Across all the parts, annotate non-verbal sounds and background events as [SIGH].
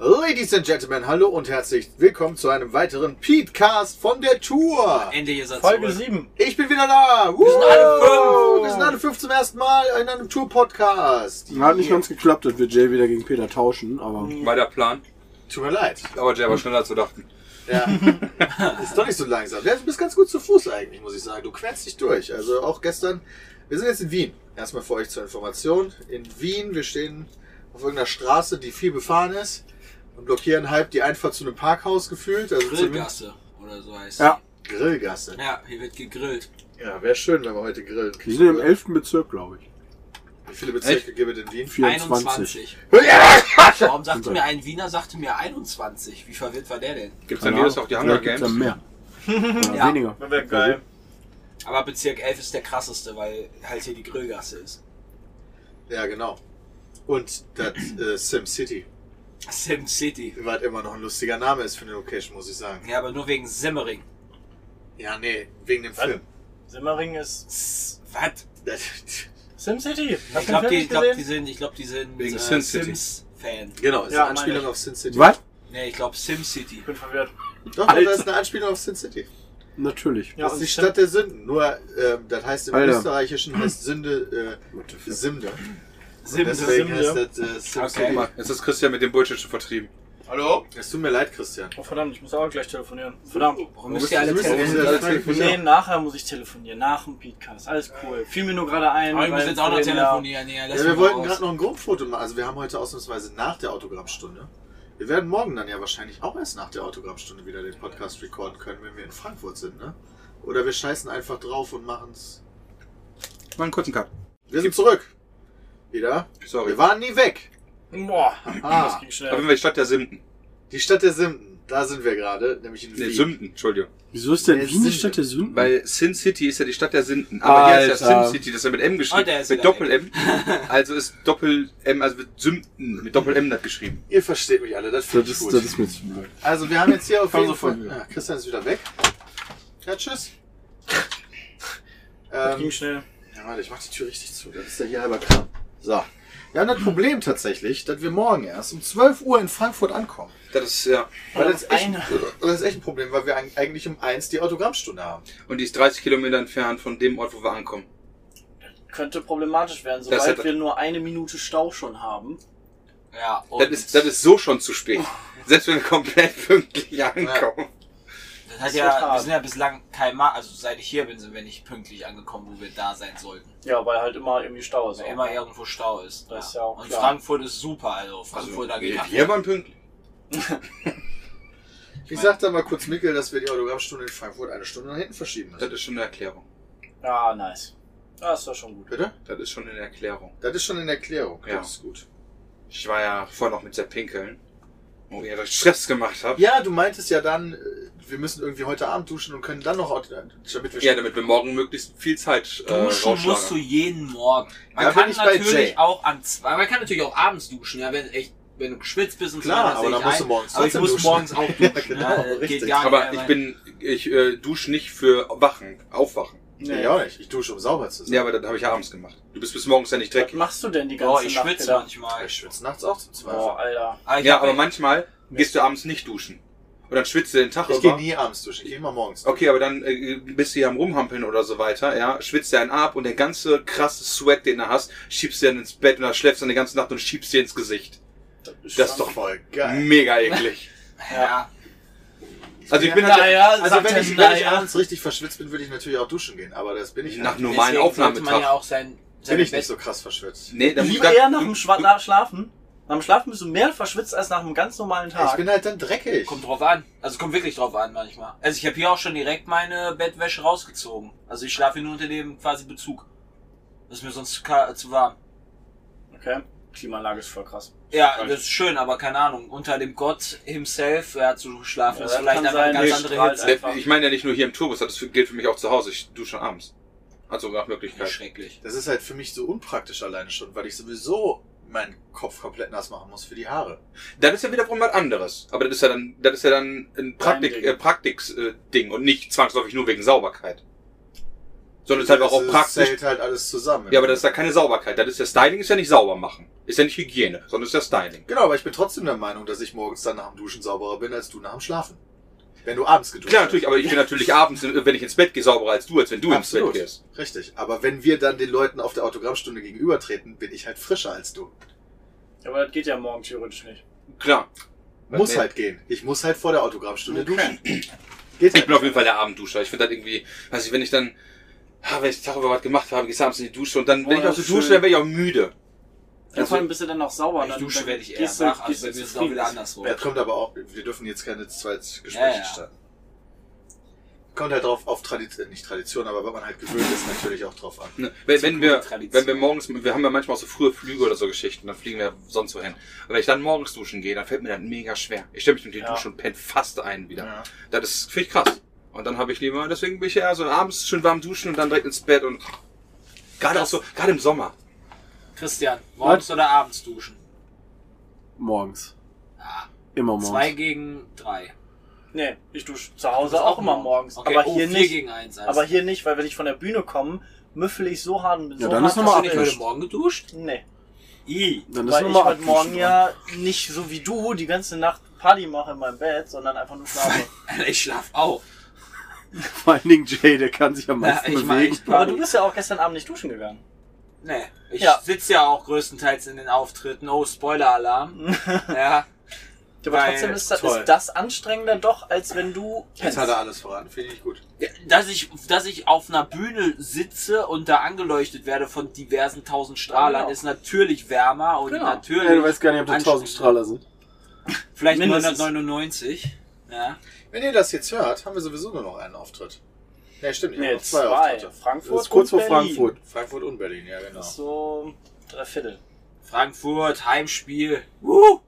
Ladies and Gentlemen, hallo und herzlich willkommen zu einem weiteren Pete-Cast von der Tour. Endlich ist er Folge zurück. 7. Ich bin wieder da. Wir sind alle fünf. Wir sind alle fünf zum ersten Mal in einem Tour-Podcast. Hat nicht ganz geklappt, dass wir Jay wieder gegen Peter tauschen, aber War der Plan. Tut mir leid. Aber Jay war schneller als wir dachten. Ja. ist doch nicht so langsam. Ja, Du bist ganz gut zu Fuß eigentlich, muss ich sagen. Du quälst dich durch. Also auch gestern. Wir sind jetzt in Wien. Erstmal für euch zur Information. In Wien, wir stehen auf irgendeiner Straße, die viel befahren ist und blockieren halb die Einfahrt zu einem Parkhaus gefühlt. Also zumindest- Grillgasse oder so heißt Ja. Grillgasse. Ja, hier wird gegrillt. Ja, wäre schön, wenn wir heute grillen. wir sind im 11. Bezirk, glaube ich. Wie viele Bezirke gibt es [LAUGHS] in Wien? 24. 21. Warum sagte mir ein Wiener, sagte mir 21? Wie verwirrt war der denn? Genau. Gibt's dann jedes auch die Hunger Vielleicht gibt's Games? Genau. ja mehr. [LAUGHS] Oder Ja. weniger. Das wäre geil. Aber Bezirk 11 ist der krasseste, weil halt hier die Grillgasse ist. Ja, genau. Und das äh, SimCity, Sim City. was immer noch ein lustiger Name ist für eine Location, muss ich sagen. Ja, aber nur wegen Simmering. Ja, nee, wegen dem Film. [LAUGHS] Simmering ist Was? Das- SimCity. Ich Hast du glaube, den Film die, ich nicht glaub, die gesehen? sind, ich glaub, die sind äh, Wegen Sin City. Sims-Fan. Genau, ist Ja, eine Anspielung meine ich. auf Sin City. Was? Ne, ich glaube Sim City. Ich bin verwirrt. Doch, Alter. das ist eine Anspielung auf Sin City. Natürlich. Ja, das ist die und Stadt der Sünden. Nur, ähm, das heißt im Alter. Österreichischen Hm. heißt Sünde äh, Simde. Sim Deswegen Simde. heißt das äh, Sim Okay. City. Jetzt ist Christian mit dem Bullshit schon vertrieben. Hallo? Es tut mir leid, Christian. Oh verdammt, ich muss auch gleich telefonieren. Verdammt. Warum müsst ihr alle müssen- telefonieren? wir müssen- Nee, nachher muss ich telefonieren. Nach dem Podcast. Alles cool. Fiel mir nur gerade ein. Aber ich muss weil jetzt auch noch wir reden ja- telefonieren. Ja, lass Ja, wir mich wollten raus. gerade noch ein Gruppenfoto machen. Also wir haben heute ausnahmsweise nach der Autogrammstunde. Wir werden morgen dann ja wahrscheinlich auch erst nach der Autogrammstunde wieder den Podcast recorden können, wenn wir in Frankfurt sind, ne? Oder wir scheißen einfach drauf und machen's. Mal einen kurzen Cut. Wir sind zurück. Wieder. Sorry. Wir waren nie weg. Boah, das Ah, ging Da schnell. sind wir die Stadt der Simden. die Stadt der Simden. Da sind wir gerade, nämlich in Ne, Wien. Sünden, Entschuldigung. Wieso ist denn Der Wien die Sünde. Stadt der Sünden? Weil Sin City ist ja die Stadt der Sünden. Aber hier heißt ja Alter. Sin City, das ist ja mit M Oh, der geschrieben. ist mit wieder Doppel-M. [LAUGHS] Also ist Doppel-M, also mit Sünden, mit Doppel-M das geschrieben. Ihr versteht mich alle, das Das finde ich ist, gut. das ist mir zu blöd. Also wir haben jetzt hier auf Komm jeden sofort Fall... wieder. Ja, Christian ist wieder weg. Ja, tschüss. Das Ähm, ging schnell. Ja, warte, ich mach die Tür richtig zu. Das ist ja hier halber Kram. So. Wir haben das Problem tatsächlich, dass wir morgen erst um 12 Uhr in Frankfurt ankommen. Das ist, ja. Weil das ist echt, Eine. das ist echt ein Problem, weil wir eig- eigentlich um 1 die Autogrammstunde haben. Und die ist 30 Kilometer entfernt von dem Ort, wo wir ankommen. Könnte problematisch werden, Das sobald hat- wir nur eine Minute Stau schon haben. Ja, und Oh. Das ist, das ist so schon zu spät. Selbst wenn wir komplett pünktlich ankommen. das hat ist ja, total. wir sind ja bislang kein Mal, also seit ich hier bin, sind wir nicht pünktlich angekommen, wo wir da sein sollten. Ja, weil halt immer irgendwie Stau ist. Weil immer irgendwo Stau ist. Das ist ja auch und klar. Frankfurt ist super, also Frankfurt da geht wir, ab. wir waren pünktlich. Ich sag dann mal kurz Mikkel, dass wir die Autogrammstunde in Frankfurt eine Stunde nach hinten verschieben Das müssen. ist schon eine Erklärung. Ah, nice. Das ist doch schon gut. Bitte? Das ist schon eine Erklärung. Das ist schon in Erklärung. Ja. Das ist gut. Ich war ja vorhin noch mit der Pinkeln, wo ihr das Stress gemacht habt. Ja, du meintest ja dann, äh, wir müssen irgendwie heute Abend duschen und können dann noch, Auto- damit wir Ja, damit wir morgen möglichst viel Zeit äh, Duschen musst du rausschlagen. jeden Morgen. Man Da bin kann ich bei natürlich Jay. auch an zwei, man kann natürlich auch abends duschen, ja, wenn echt, wenn du geschwitzt bist und Klar, so, also aber sehe dann ich musst ein. du morgens Aber ich trotzdem muss duschen. morgens auch duschen. [LAUGHS] Ja, genau, ja, das geht richtig. gar nicht, Aber weil ich man- bin, ich äh, dusche nicht für Wachen, Aufwachen. Nee, ich auch nicht. Ich dusche, um sauber zu sein. Ja, aber das habe ich ja abends gemacht. Du bist bis morgens ja nicht Was dreckig. machst du denn die ganze Boah, Zeit? ich schwitze manchmal. Ich schwitze nachts auch zum Boah, Zweifel. Alter. Aber ich Ja, hab aber manchmal gehst du abends nicht duschen. Und dann schwitzt du den Tag Ich gehe über. nie abends duschen, ich gehe immer morgens. Okay, aber dann äh, bist du ja am Rumhampeln oder so weiter, ja, schwitzt dir einen ab und der ganze krasse Sweat, den du hast, schiebst du dann ins Bett und dann schläfst du dann die ganze Nacht und schiebst dir ins Gesicht. Das ist doch voll geil. mega eklig. Ja. Ich Also ich bin halt Naja, Also wenn er, ich, wenn ich naja. abends richtig verschwitzt bin, würde ich natürlich auch duschen gehen, aber das bin ich nach halt. normalen Deswegen sollte man ja Aufnahmetag. auch sein, bin seine ich nicht so Beste. krass verschwitzt. Nee, dann Lieber eher nach hm, dem Schwa nach Schlafen. Nach dem Schlafen bist du mehr verschwitzt als nach einem ganz normalen Ich Tag. bin halt dann dreckig. Kommt drauf an. Also kommt wirklich drauf an manchmal. Also ich habe hier auch schon direkt meine Bettwäsche rausgezogen. Also ich schlafe hier nur unter dem quasi Bezug. Das ist mir sonst zu, ka- zu warm. okay. Klimaanlage ist voll krass. Ja, Reicht. das ist schön, aber keine Ahnung. Unter dem Gott himself ja, zu schlafen Ja, ist das vielleicht kann einfach eine sein. ganz Nee, andere strahlt Hitze. einfach. ne, Ich meine ja nicht nur hier im Tourbus, das gilt für mich auch zu Hause. Ich dusche abends. Also nach Möglichkeit. Schrecklich. Das ist halt für mich so unpraktisch alleine schon, weil ich sowieso meinen Kopf komplett nass machen muss für die Haare. Dann ist ja wiederum was anderes. Aber das ist ja dann, das ist ja dann ein Praktik, Ding. äh, Praktiks-Ding und nicht zwangsläufig nur wegen Sauberkeit. Sondern es ist halt auch, auch praktisch. zählt halt alles zusammen. Ja, aber das ist ja keine Sauberkeit. Das ist ja Styling, ist ja nicht sauber machen. Ist ja nicht Hygiene, sondern ist ja Styling. Genau, aber ich bin trotzdem der Meinung, dass ich morgens dann nach dem Duschen sauberer bin, als du nach dem Schlafen. Wenn du abends geduscht Klar, hast. natürlich, aber ich bin natürlich abends, wenn ich ins Bett gehe, sauberer als du, als wenn du Absolut. ins Bett gehst. Richtig. Aber wenn wir dann den Leuten auf der Autogrammstunde gegenübertreten, bin ich halt frischer als du. Aber das geht ja morgen theoretisch nicht. Klar. muss nee. halt gehen. Ich muss halt vor der Autogrammstunde duschen. [CLEARS THROAT] Geht Ich halt. bin auf jeden Fall der Abendduscher. Ich finde das irgendwie, weiß ich, wenn ich dann, ah, wenn ich den Tag über was gemacht habe, gehst du abends in die Dusche und dann, wenn Oh, ich aus das der ist Dusche, schön. dann werde ich auch müde. Ja, vor allem bist du dann auch sauber. Ich Oh, dann, dusche dann werde ich eher gehst du- nach, gehst also du bei mir ist es auch wieder zufrieden. andersrum. Das kommt aber auch, wir dürfen jetzt keine Zweitgespräche Ja, ja. starten. Kommt halt drauf auf Tradition, nicht Tradition, aber wenn man halt gewöhnt ist, natürlich auch drauf an. Ne? Wenn, Das ist wenn, eine wir, gute Tradition. wenn wir morgens, wir haben ja manchmal auch so frühe Flüge oder so Geschichten, dann fliegen wir sonst wohin. Aber wenn ich dann morgens duschen gehe, dann fällt mir das mega schwer. Ich stelle mich unter die Ja. Dusche und penne fast ein wieder. Ja. Das ist viel krass. Und dann habe ich lieber, deswegen bin ich eher so abends schön warm duschen und dann direkt ins Bett und gerade auch so, gerade im Sommer. Christian, morgens oder abends duschen? Morgens. Immer morgens. Zwei gegen drei. Nee, ich dusche zu Hause Also auch immer morgens. Okay, aber oh, hier vier nicht. gegen eins. Also. Aber hier nicht, weil wenn ich von der Bühne komme, müffel ich so hart und bin Ja, so dann hart, ist nochmal dass Hast ich- du nicht heute abgewischt. Morgen geduscht? Nee. I. Dann ist Weil ich nochmal heute Morgen ja nicht so wie du die ganze Nacht Party mache in meinem Bett, sondern einfach nur [LAUGHS] schlafe. Alter, [LAUGHS] ich schlaf auch. Vor allen Dingen Jay, der kann sich am Ja, meisten ich mach bewegen. echt Aber Party. du bist ja auch gestern Abend nicht duschen gegangen. Nee, ich Ja. sitze ja auch größtenteils in den Auftritten. Oh, [LAUGHS] Spoiler-Alarm. ja. Aber Weil- trotzdem ist das, toll. ist das anstrengender doch, als wenn du Jetzt pennst. hat er alles voran, finde ich gut. Dass ich, dass ich auf einer Bühne sitze und da angeleuchtet werde von diversen tausend Strahlern, Genau. ist natürlich wärmer und Genau. natürlich. Ja, du weißt gar nicht, ob das anstrengender. 1000 Strahler sind. Vielleicht Mindestens. 999. Ja. Wenn ihr das jetzt hört, haben wir sowieso nur noch einen Auftritt. Ja, stimmt, ich Nee, habe noch zwei, zwei. Auftritte. Frankfurt Das ist kurz und vor Berlin. Frankfurt. Frankfurt und Berlin, ja genau. Das ist so drei Viertel. Frankfurt, Heimspiel. Woo!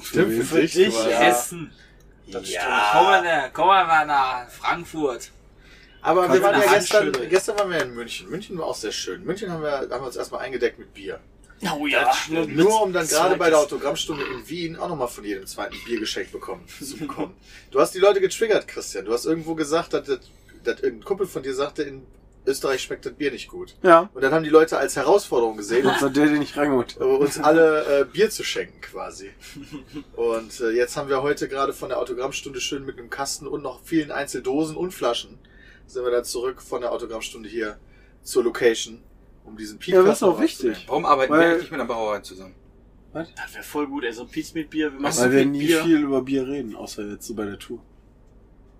Stimmt, für dich, aber- Ja. Hessen. Das Ja. Komm mal, ne, komm mal nach Frankfurt. Aber Kannst wir waren du ja eine gestern, Handschüttel? gestern waren wir in München. München war auch sehr schön. München haben wir, haben wir uns erstmal eingedeckt mit Bier. stimmt. Oh ja. Mit Nur um dann gerade bei der Zweites. Autogrammstunde in Wien auch nochmal von jedem zweiten Bier geschenkt bekommen, zu bekommen. Du hast die Leute getriggert, Christian. Du hast irgendwo gesagt, dass, das- dass irgendein Kumpel von dir sagte, in Österreich schmeckt das Bier nicht gut. Ja. Und dann haben die Leute als Herausforderung gesehen, Sonst uns, hat der den nicht reingeholt. äh, uns alle äh, Bier zu schenken quasi. Und äh, jetzt haben wir heute gerade von der Autogrammstunde schön mit einem Kasten und noch vielen Einzeldosen und Flaschen sind wir dann zurück von der Autogrammstunde hier zur Location, um diesen Piet Ja, das ist auch rauszunehmen. wichtig. Warum arbeiten wir Weil- eigentlich mit einer Brauerei zusammen? Das wäre voll gut, ey. So ein Pizza mit Bier. Wir machen so Weil wir viel nie Bier. viel über Bier reden, außer jetzt so bei der Tour.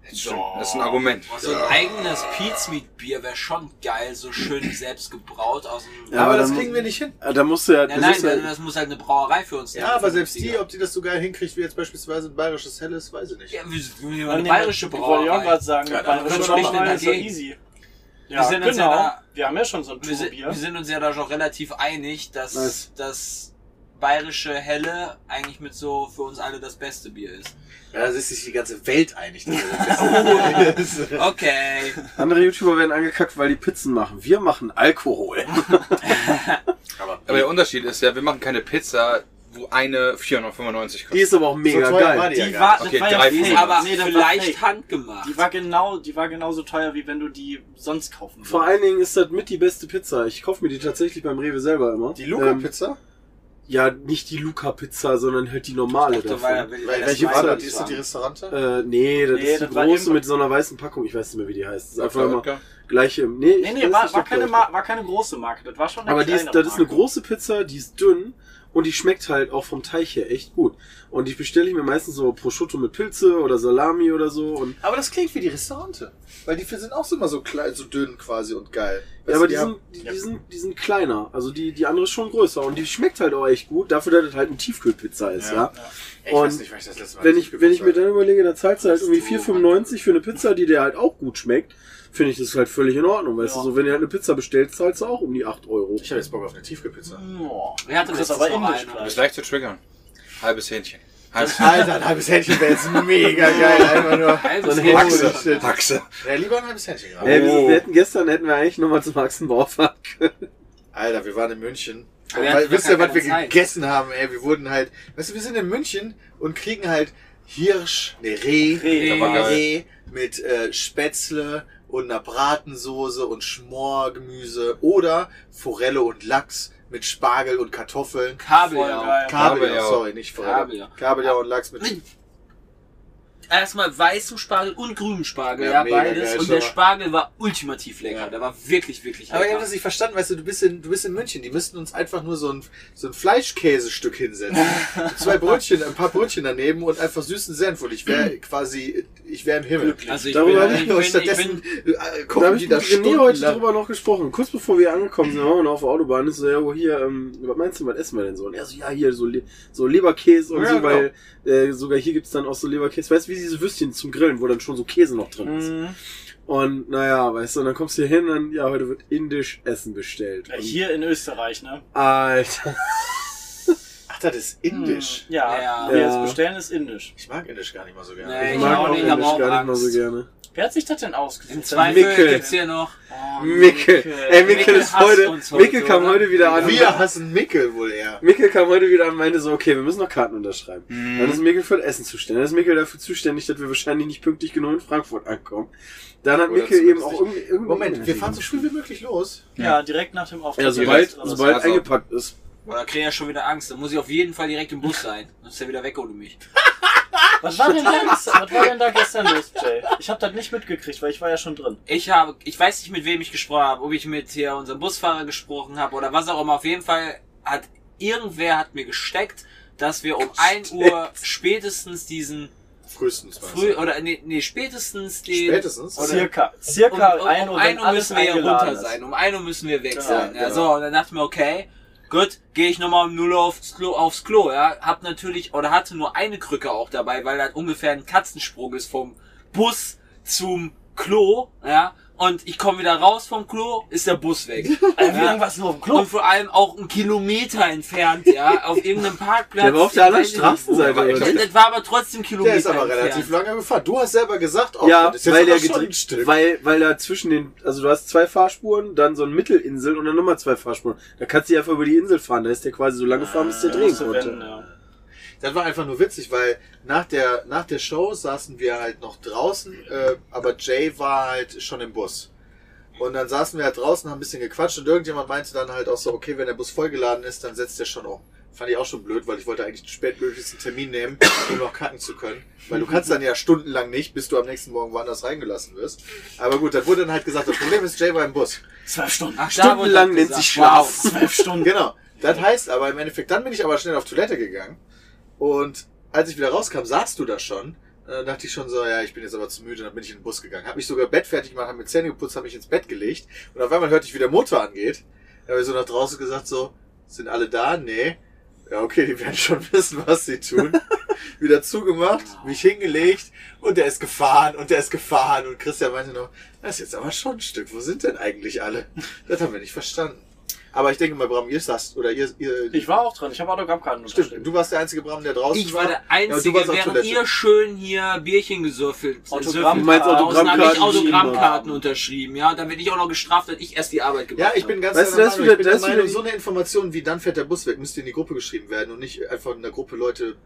Das stimmt, das ist ein Argument. Boah, so ein eigenes Pizmeat-Bier wäre schon geil, so schön selbst gebraut aus dem. Ja, Aber, aber das dann- kriegen wir nicht hin. Ah, Da musst du ja. Ja, das nein, ist also ja das muss halt eine Brauerei für uns Ja, aber selbst die, ob die das so geil hinkriegt, wie jetzt beispielsweise ein bayerisches Helles, weiß ich nicht. Ja, wir sind wir sind Dann eine nehmen wir- bayerische Ich wollte ja auch Brauerei. gerade sagen, Ja, ja, dann bayerische können wir nicht Brauerei in ist ja der Gegend. easy. Ja, sind uns genau. ja wir haben ja schon so ein Wir sind, wir Tourbier. sind uns ja da schon relativ einig, dass Nice. das bayerische Helle eigentlich mit so für uns alle das beste Bier ist. Ja, da ist sich die ganze Welt einig. dass wir [LAUGHS] das jetzt- Oh. Okay. Andere YouTuber werden angekackt, weil die Pizzen machen. Wir machen Alkohol. [LAUGHS] aber Aber der Unterschied ist ja, wir machen keine Pizza, wo eine 495 Die kostet. ist aber auch mega so teuer war geil. die, Die ja gar war- nicht. das Okay, war ja drei fake. Nee, aber Nee, das war vielleicht fake. handgemacht. Die war genau, die war genauso teuer, wie wenn du die sonst kaufen würdest. Vor allen Dingen ist das mit die beste Pizza. Ich kaufe mir die tatsächlich beim Rewe selber immer. [LAUGHS] Ähm, Die Ähm, Luca-Pizza? ja, nicht die Luca-Pizza, sondern halt die normale Ich dachte, davon. weil er will- weil er Welche weiß, war Pizza das? wie Ist es das die war. Restaurante? Äh, nee, das Nee, ist die das war große eben- mit so einer weißen Packung. Ich weiß nicht mehr, wie die heißt. Das ist einfach immer Wodka? gleiche. Nee, ich Nee, weiß nee, war, nicht, war, ob keine gleich- Mar war keine große Marke. Das war schon eine Aber die ist, kleinere das ist eine Marke. große Pizza, die ist dünn Und die schmeckt halt auch vom Teich her echt gut. Und die bestelle ich mir meistens so Prosciutto mit Pilze oder Salami oder so. Und Aber das klingt wie die Restaurante. Weil die sind auch so immer so klein, so dünn quasi und geil. ja, Weißt aber du, die, haben- sind, die, die, sind, die sind kleiner. Also die, die andere ist schon größer. Und die schmeckt halt auch echt gut, dafür, dass das halt eine Tiefkühlpizza ist, ja. Ey, ich und weiß nicht, wann ich das letzte Mal Wenn ich, wenn ich mir dann dann überlege, da zahlst du halt irgendwie 4,95 für eine Pizza, die dir halt auch gut schmeckt, finde ich das halt völlig in Ordnung. Weißt Ja. du, so wenn du halt eine Pizza bestellst, zahlst du auch um die 8 Euro. Ich habe jetzt Bock auf eine Tiefkühlpizza. Boah. Wir hatten Du letztens kriegst aber noch indisch eine. Du bist gleich. leicht zu triggern. Halbes Hähnchen. Halbes [LAUGHS] Alter, ein halbes Händchen wäre jetzt [LAUGHS] mega geil. Einfach nur. Halbes Also So ein Hähnchen. Holy shit. Haxe. [LAUGHS] Ja, lieber ein halbes Händchen gerade. Ey, wir, sind- Oh. wir hätten gestern hätten wir eigentlich nochmal zum Maxenbau fahren können. Alter, wir waren in München. Aber wir Weil, hatten wisst gar ihr, was keine wir Zeit. gegessen haben, ey? Wir wurden halt, weißt du, wir sind in München und kriegen halt Hirsch, ne, Reh, Reh. Reh, Aber geil. mit äh, Spätzle und einer Bratensoße und Schmorgemüse oder Forelle und Lachs mit Spargel und Kartoffeln. Voll Kabeljau. geil. Kabeljau, Kabeljau. sorry, nicht Forelle. Kabeljau. Kabeljau, und Lachs mit [LAUGHS] Erstmal weißen Spargel und grünen Spargel, ja, Ja, mega beides. und geil, schon der mal. Spargel war ultimativ lecker. Ja. Der war wirklich, wirklich Aber ich habe lecker. das nicht verstanden, weißt du, du bist in, du bist in München, die müssten uns einfach nur so ein, so ein Fleischkäsestück [LAUGHS] hinsetzen. Zwei Brötchen, ein paar Brötchen daneben und einfach süßen Senf und ich wäre quasi, ich wäre im Himmel. Glücklich. Also ich Darüber bin, hatte Ich ich bin, bin, ich stattdessen bin, äh, Da kochen habe die ich da mit René heute stundenlang. drüber noch gesprochen. Kurz bevor wir angekommen sind, waren wir noch auf der Autobahn. Ich so, ja, wo hier, ähm, was meinst du, was essen wir denn so? Und er so, ja, hier so, Le so Leberkäse und Ja, so, genau. weil äh, sogar hier gibt's dann auch so Leberkäse. Weißt du, wie diese Würstchen zum Grillen, wo dann schon so Käse noch drin ist. Hm. Mhm. Und naja, weißt du, und dann kommst du hier hin und ja, heute wird indisch Essen bestellt. Ja, Und, Äh, Hier in Österreich, ne? Alter. Ach, das ist indisch. Ja, Ja. wir Ja. jetzt bestellen ist indisch. Ich mag indisch gar nicht mal so gerne. Nee, Ich Ich mag auch auch nicht, indisch aber auch gar nicht mal Angst. so gerne. Wer hat sich das denn ausgesucht? im Zweifel Mickel. gibt's hier noch. Oh, Mickel. Ey, Mickel, Mickel ist hasst heute, uns heute, Mickel kam oder? heute wieder an. Wir hassen Mickel wohl eher. Mikkel kam heute wieder an und meinte so, okay, wir müssen noch Karten unterschreiben. Dann ist Mikkel für das Essen zuständig. Dann ist Mikkel dafür zuständig, dass wir wahrscheinlich nicht pünktlich genug in Frankfurt ankommen. Dann hat Oder Mikkel eben zumindest auch nicht. irgendwie... irgendwie Moment, wir fahren so früh Oh, wie möglich los. Ja, direkt nach dem Auftritt. Ja, sobald, Oder so. sobald Also- eingepackt ist. Oder krieg ja schon wieder Angst. Dann muss ich auf jeden Fall direkt im Bus sein. Dann ist er wieder weg ohne mich. Was war denn da gestern, was war denn da gestern los, Jay? Ich habe das nicht mitgekriegt, weil ich war ja schon drin. Ich habe, ich weiß nicht, mit wem ich gesprochen habe, ob ich mit hier unserem Busfahrer gesprochen habe oder was auch immer. Auf jeden Fall hat irgendwer hat mir gesteckt, dass wir um 1 Uhr spätestens diesen Frühestens. meinst früh du? oder nee, nee spätestens den Spätestens. Oder- Circa, circa um, um, ein um Uhr, ein wenn Uhr alles müssen wir ja eingeladen runter ist. sein. Um ein Uhr müssen wir weg Genau, sein. Ja, genau. so, und dann dachte ich mir, okay, gut, gehe ich nochmal um 0 Uhr aufs Klo, aufs Klo, ja. Hab natürlich, oder hatte nur eine Krücke auch dabei, weil das ungefähr ein Katzensprung ist vom Bus zum Klo, ja. Und ich komme wieder raus vom Klo, ist der Bus weg. Alter, wie Ja. lange warst du auf dem Klo? Und vor allem auch einen Kilometer entfernt, ja, auf irgendeinem Parkplatz. Der war auf der anderen Weiß ich nicht, Straßenseite, wo. oder? Das das war aber trotzdem Kilometer Der ist aber entfernt. relativ lange gefahren. Du hast selber gesagt, auch ja, das ist jetzt weil der aber schon ein gedreht, Stück. weil, weil da zwischen den, also du hast zwei Fahrspuren, dann so eine Mittelinsel und dann nochmal zwei Fahrspuren. Da kannst du ja einfach über die Insel fahren, da ist der quasi so lange gefahren, bis der Da drehen musst du konnte. wenden, ja. Das war einfach nur witzig, weil nach der, nach der Show saßen wir halt noch draußen, äh, aber Jay war halt schon im Bus. Und dann saßen wir halt draußen, haben ein bisschen gequatscht und irgendjemand meinte dann halt auch so, okay, wenn der Bus vollgeladen ist, dann setzt der schon um. Fand ich auch schon blöd, weil ich wollte eigentlich den spätmöglichsten Termin nehmen, um noch kacken zu können. Weil du kannst dann ja stundenlang nicht, bis du am nächsten Morgen woanders reingelassen wirst. Aber gut, dann wurde dann halt gesagt, das Problem ist, Jay war im Bus. Zwölf Stunden. Ach, da wurde Stundenlang das nennt gesagt. sich Schlaf. [LAUGHS] Zwölf Stunden. Genau. Das heißt aber im Endeffekt, dann bin ich aber schnell auf Toilette gegangen. Und als ich wieder rauskam, saßt du da schon. Äh, dachte ich schon so, ja, ich bin jetzt aber zu müde, dann bin ich in den Bus gegangen. Hab mich sogar Bett fertig gemacht, hab mir Zähne geputzt, hab mich ins Bett gelegt. Und auf einmal hörte ich, wie der Motor angeht. Da habe ich so nach draußen gesagt, so, sind alle da? Nee. Ja, okay, die werden schon [LAUGHS] wissen, was [LAUGHS] sie tun. wieder zugemacht, mich hingelegt und der ist gefahren und der ist gefahren. Und Christian meinte noch, das ist jetzt aber schon ein Stück. Wo sind denn eigentlich alle? [LAUGHS] Das haben wir nicht verstanden. Aber ich denke mal, Bram, ihr saßt, oder ihr, ihr Ich war auch drin, ich habe Autogrammkarten stimmt, du warst der einzige Bram, der draußen Ich war. war der Ja, und Einzige, du warst auf während Toilette. ihr schön hier Bierchen gesöffelt. Autogramm- gesöffelt Meinst habt, Autogrammkarten habe ich Autogrammkarten geschrieben. unterschrieben, ja. Dann werde ich auch noch gestraft, dass ich erst die Arbeit gemacht Ja, ich bin ganz Weißt du, deiner das ist Meinung. Ich wieder- bin der das ist Meinung, wieder die- so eine Information wie dann fährt der Bus weg, müsste in die Gruppe geschrieben werden und nicht einfach in der Gruppe Leute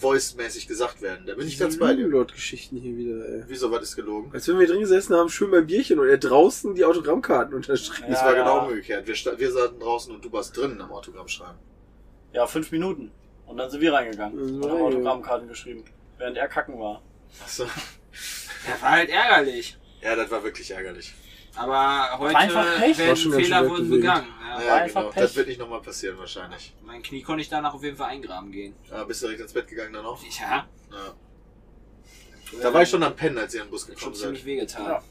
voice-mäßig gesagt werden. Da bin ich ganz bei dir. Lord-Geschichten hier wieder, ey. Wieso war das gelogen? Als wenn wir drin gesessen haben, schön beim Bierchen und er draußen die Autogrammkarten unterschrieben. Das Ja, war ja. genau umgekehrt. Wir, sta- wir saßen draußen und du warst drinnen am Autogramm schreiben. Ja, fünf Minuten. Und dann sind wir reingegangen Dann sind und wir haben reingegangen. Autogrammkarten geschrieben, während er kacken war. Achso. Das war halt ärgerlich. Ja, das war wirklich ärgerlich. Aber heute einfach Pech. War werden schon ganz schön Fehler wurden weltbewegend. begangen. Ja. Ja, einfach genau. Pech. Das wird nicht nochmal passieren wahrscheinlich. Mein Knie konnte ich danach auf jeden Fall eingraben gehen. Ah, bist du direkt ins Bett gegangen dann auch? Ja, Ja. Da war ich schon am Pennen, als ihr an den Bus schon gekommen ziemlich seid. wehgetan. Ja.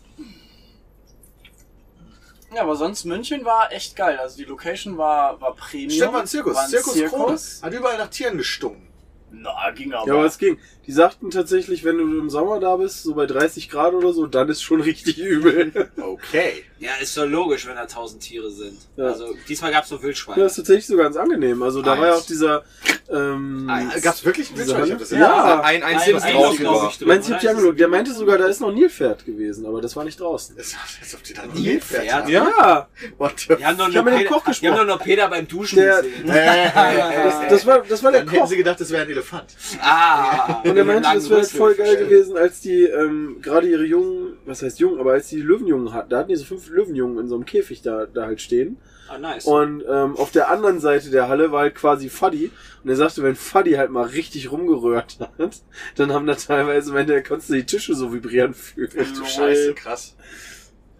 Ja, aber sonst München war echt geil. Also die Location war, war Premium. Stimmt mal ein Zirkus. War ein Zirkus, Krone. Hat überall nach Tieren gestunken. Na, ging aber. Ja, aber es ging. Die sagten tatsächlich, wenn du im Sommer da bist, so bei 30 Grad oder so, dann ist schon richtig [LAUGHS] übel. Okay. Ja, ist doch logisch, wenn da tausend Tiere sind. Ja. Also diesmal gab's nur Wildschweine. Ja, ist tatsächlich so ganz angenehm. Also da Eins. war ja auch dieser. Ähm, Eins. Ah, Gab's wirklich einen Diese Wildschwein? Ich hab Hand? das Ja. ja. Ah, ein ein einziges Ei draußen glaub war. ich, drin, Meinst du, oder? ich hab ja Ist es- genug? Der meinte sogar, da ist noch ein Nilpferd gewesen, aber das war nicht draußen. Das ist, als ob die da noch Nilpferd Nilpferd haben. Ja, haben. What the Die haben [LAUGHS] doch Ich nur hab mit dem Peter- Koch die haben gesprochen. doch nur Peter beim Duschen Der- gesehen. [LAUGHS] das, das, war, das war der Äh, Dann hätten Koch. sie gedacht, das wäre ein Elefant. Ah, Und [LAUGHS] er meinte, das wäre halt voll geil verstehen. gewesen, als die ähm, gerade ihre Jungen, was heißt Jungen, aber als die Löwenjungen hatten, da hatten die so fünf Löwenjungen in so einem Käfig da, da halt stehen. Ah, nice. Und ähm, auf der anderen Seite der Halle war halt quasi Fuddy. Und er sagte, wenn Fuddy halt mal richtig rumgerührt hat, dann haben da teilweise, wenn der konntest du die Tische so vibrieren fühlen. Ach du Scheiße, krass.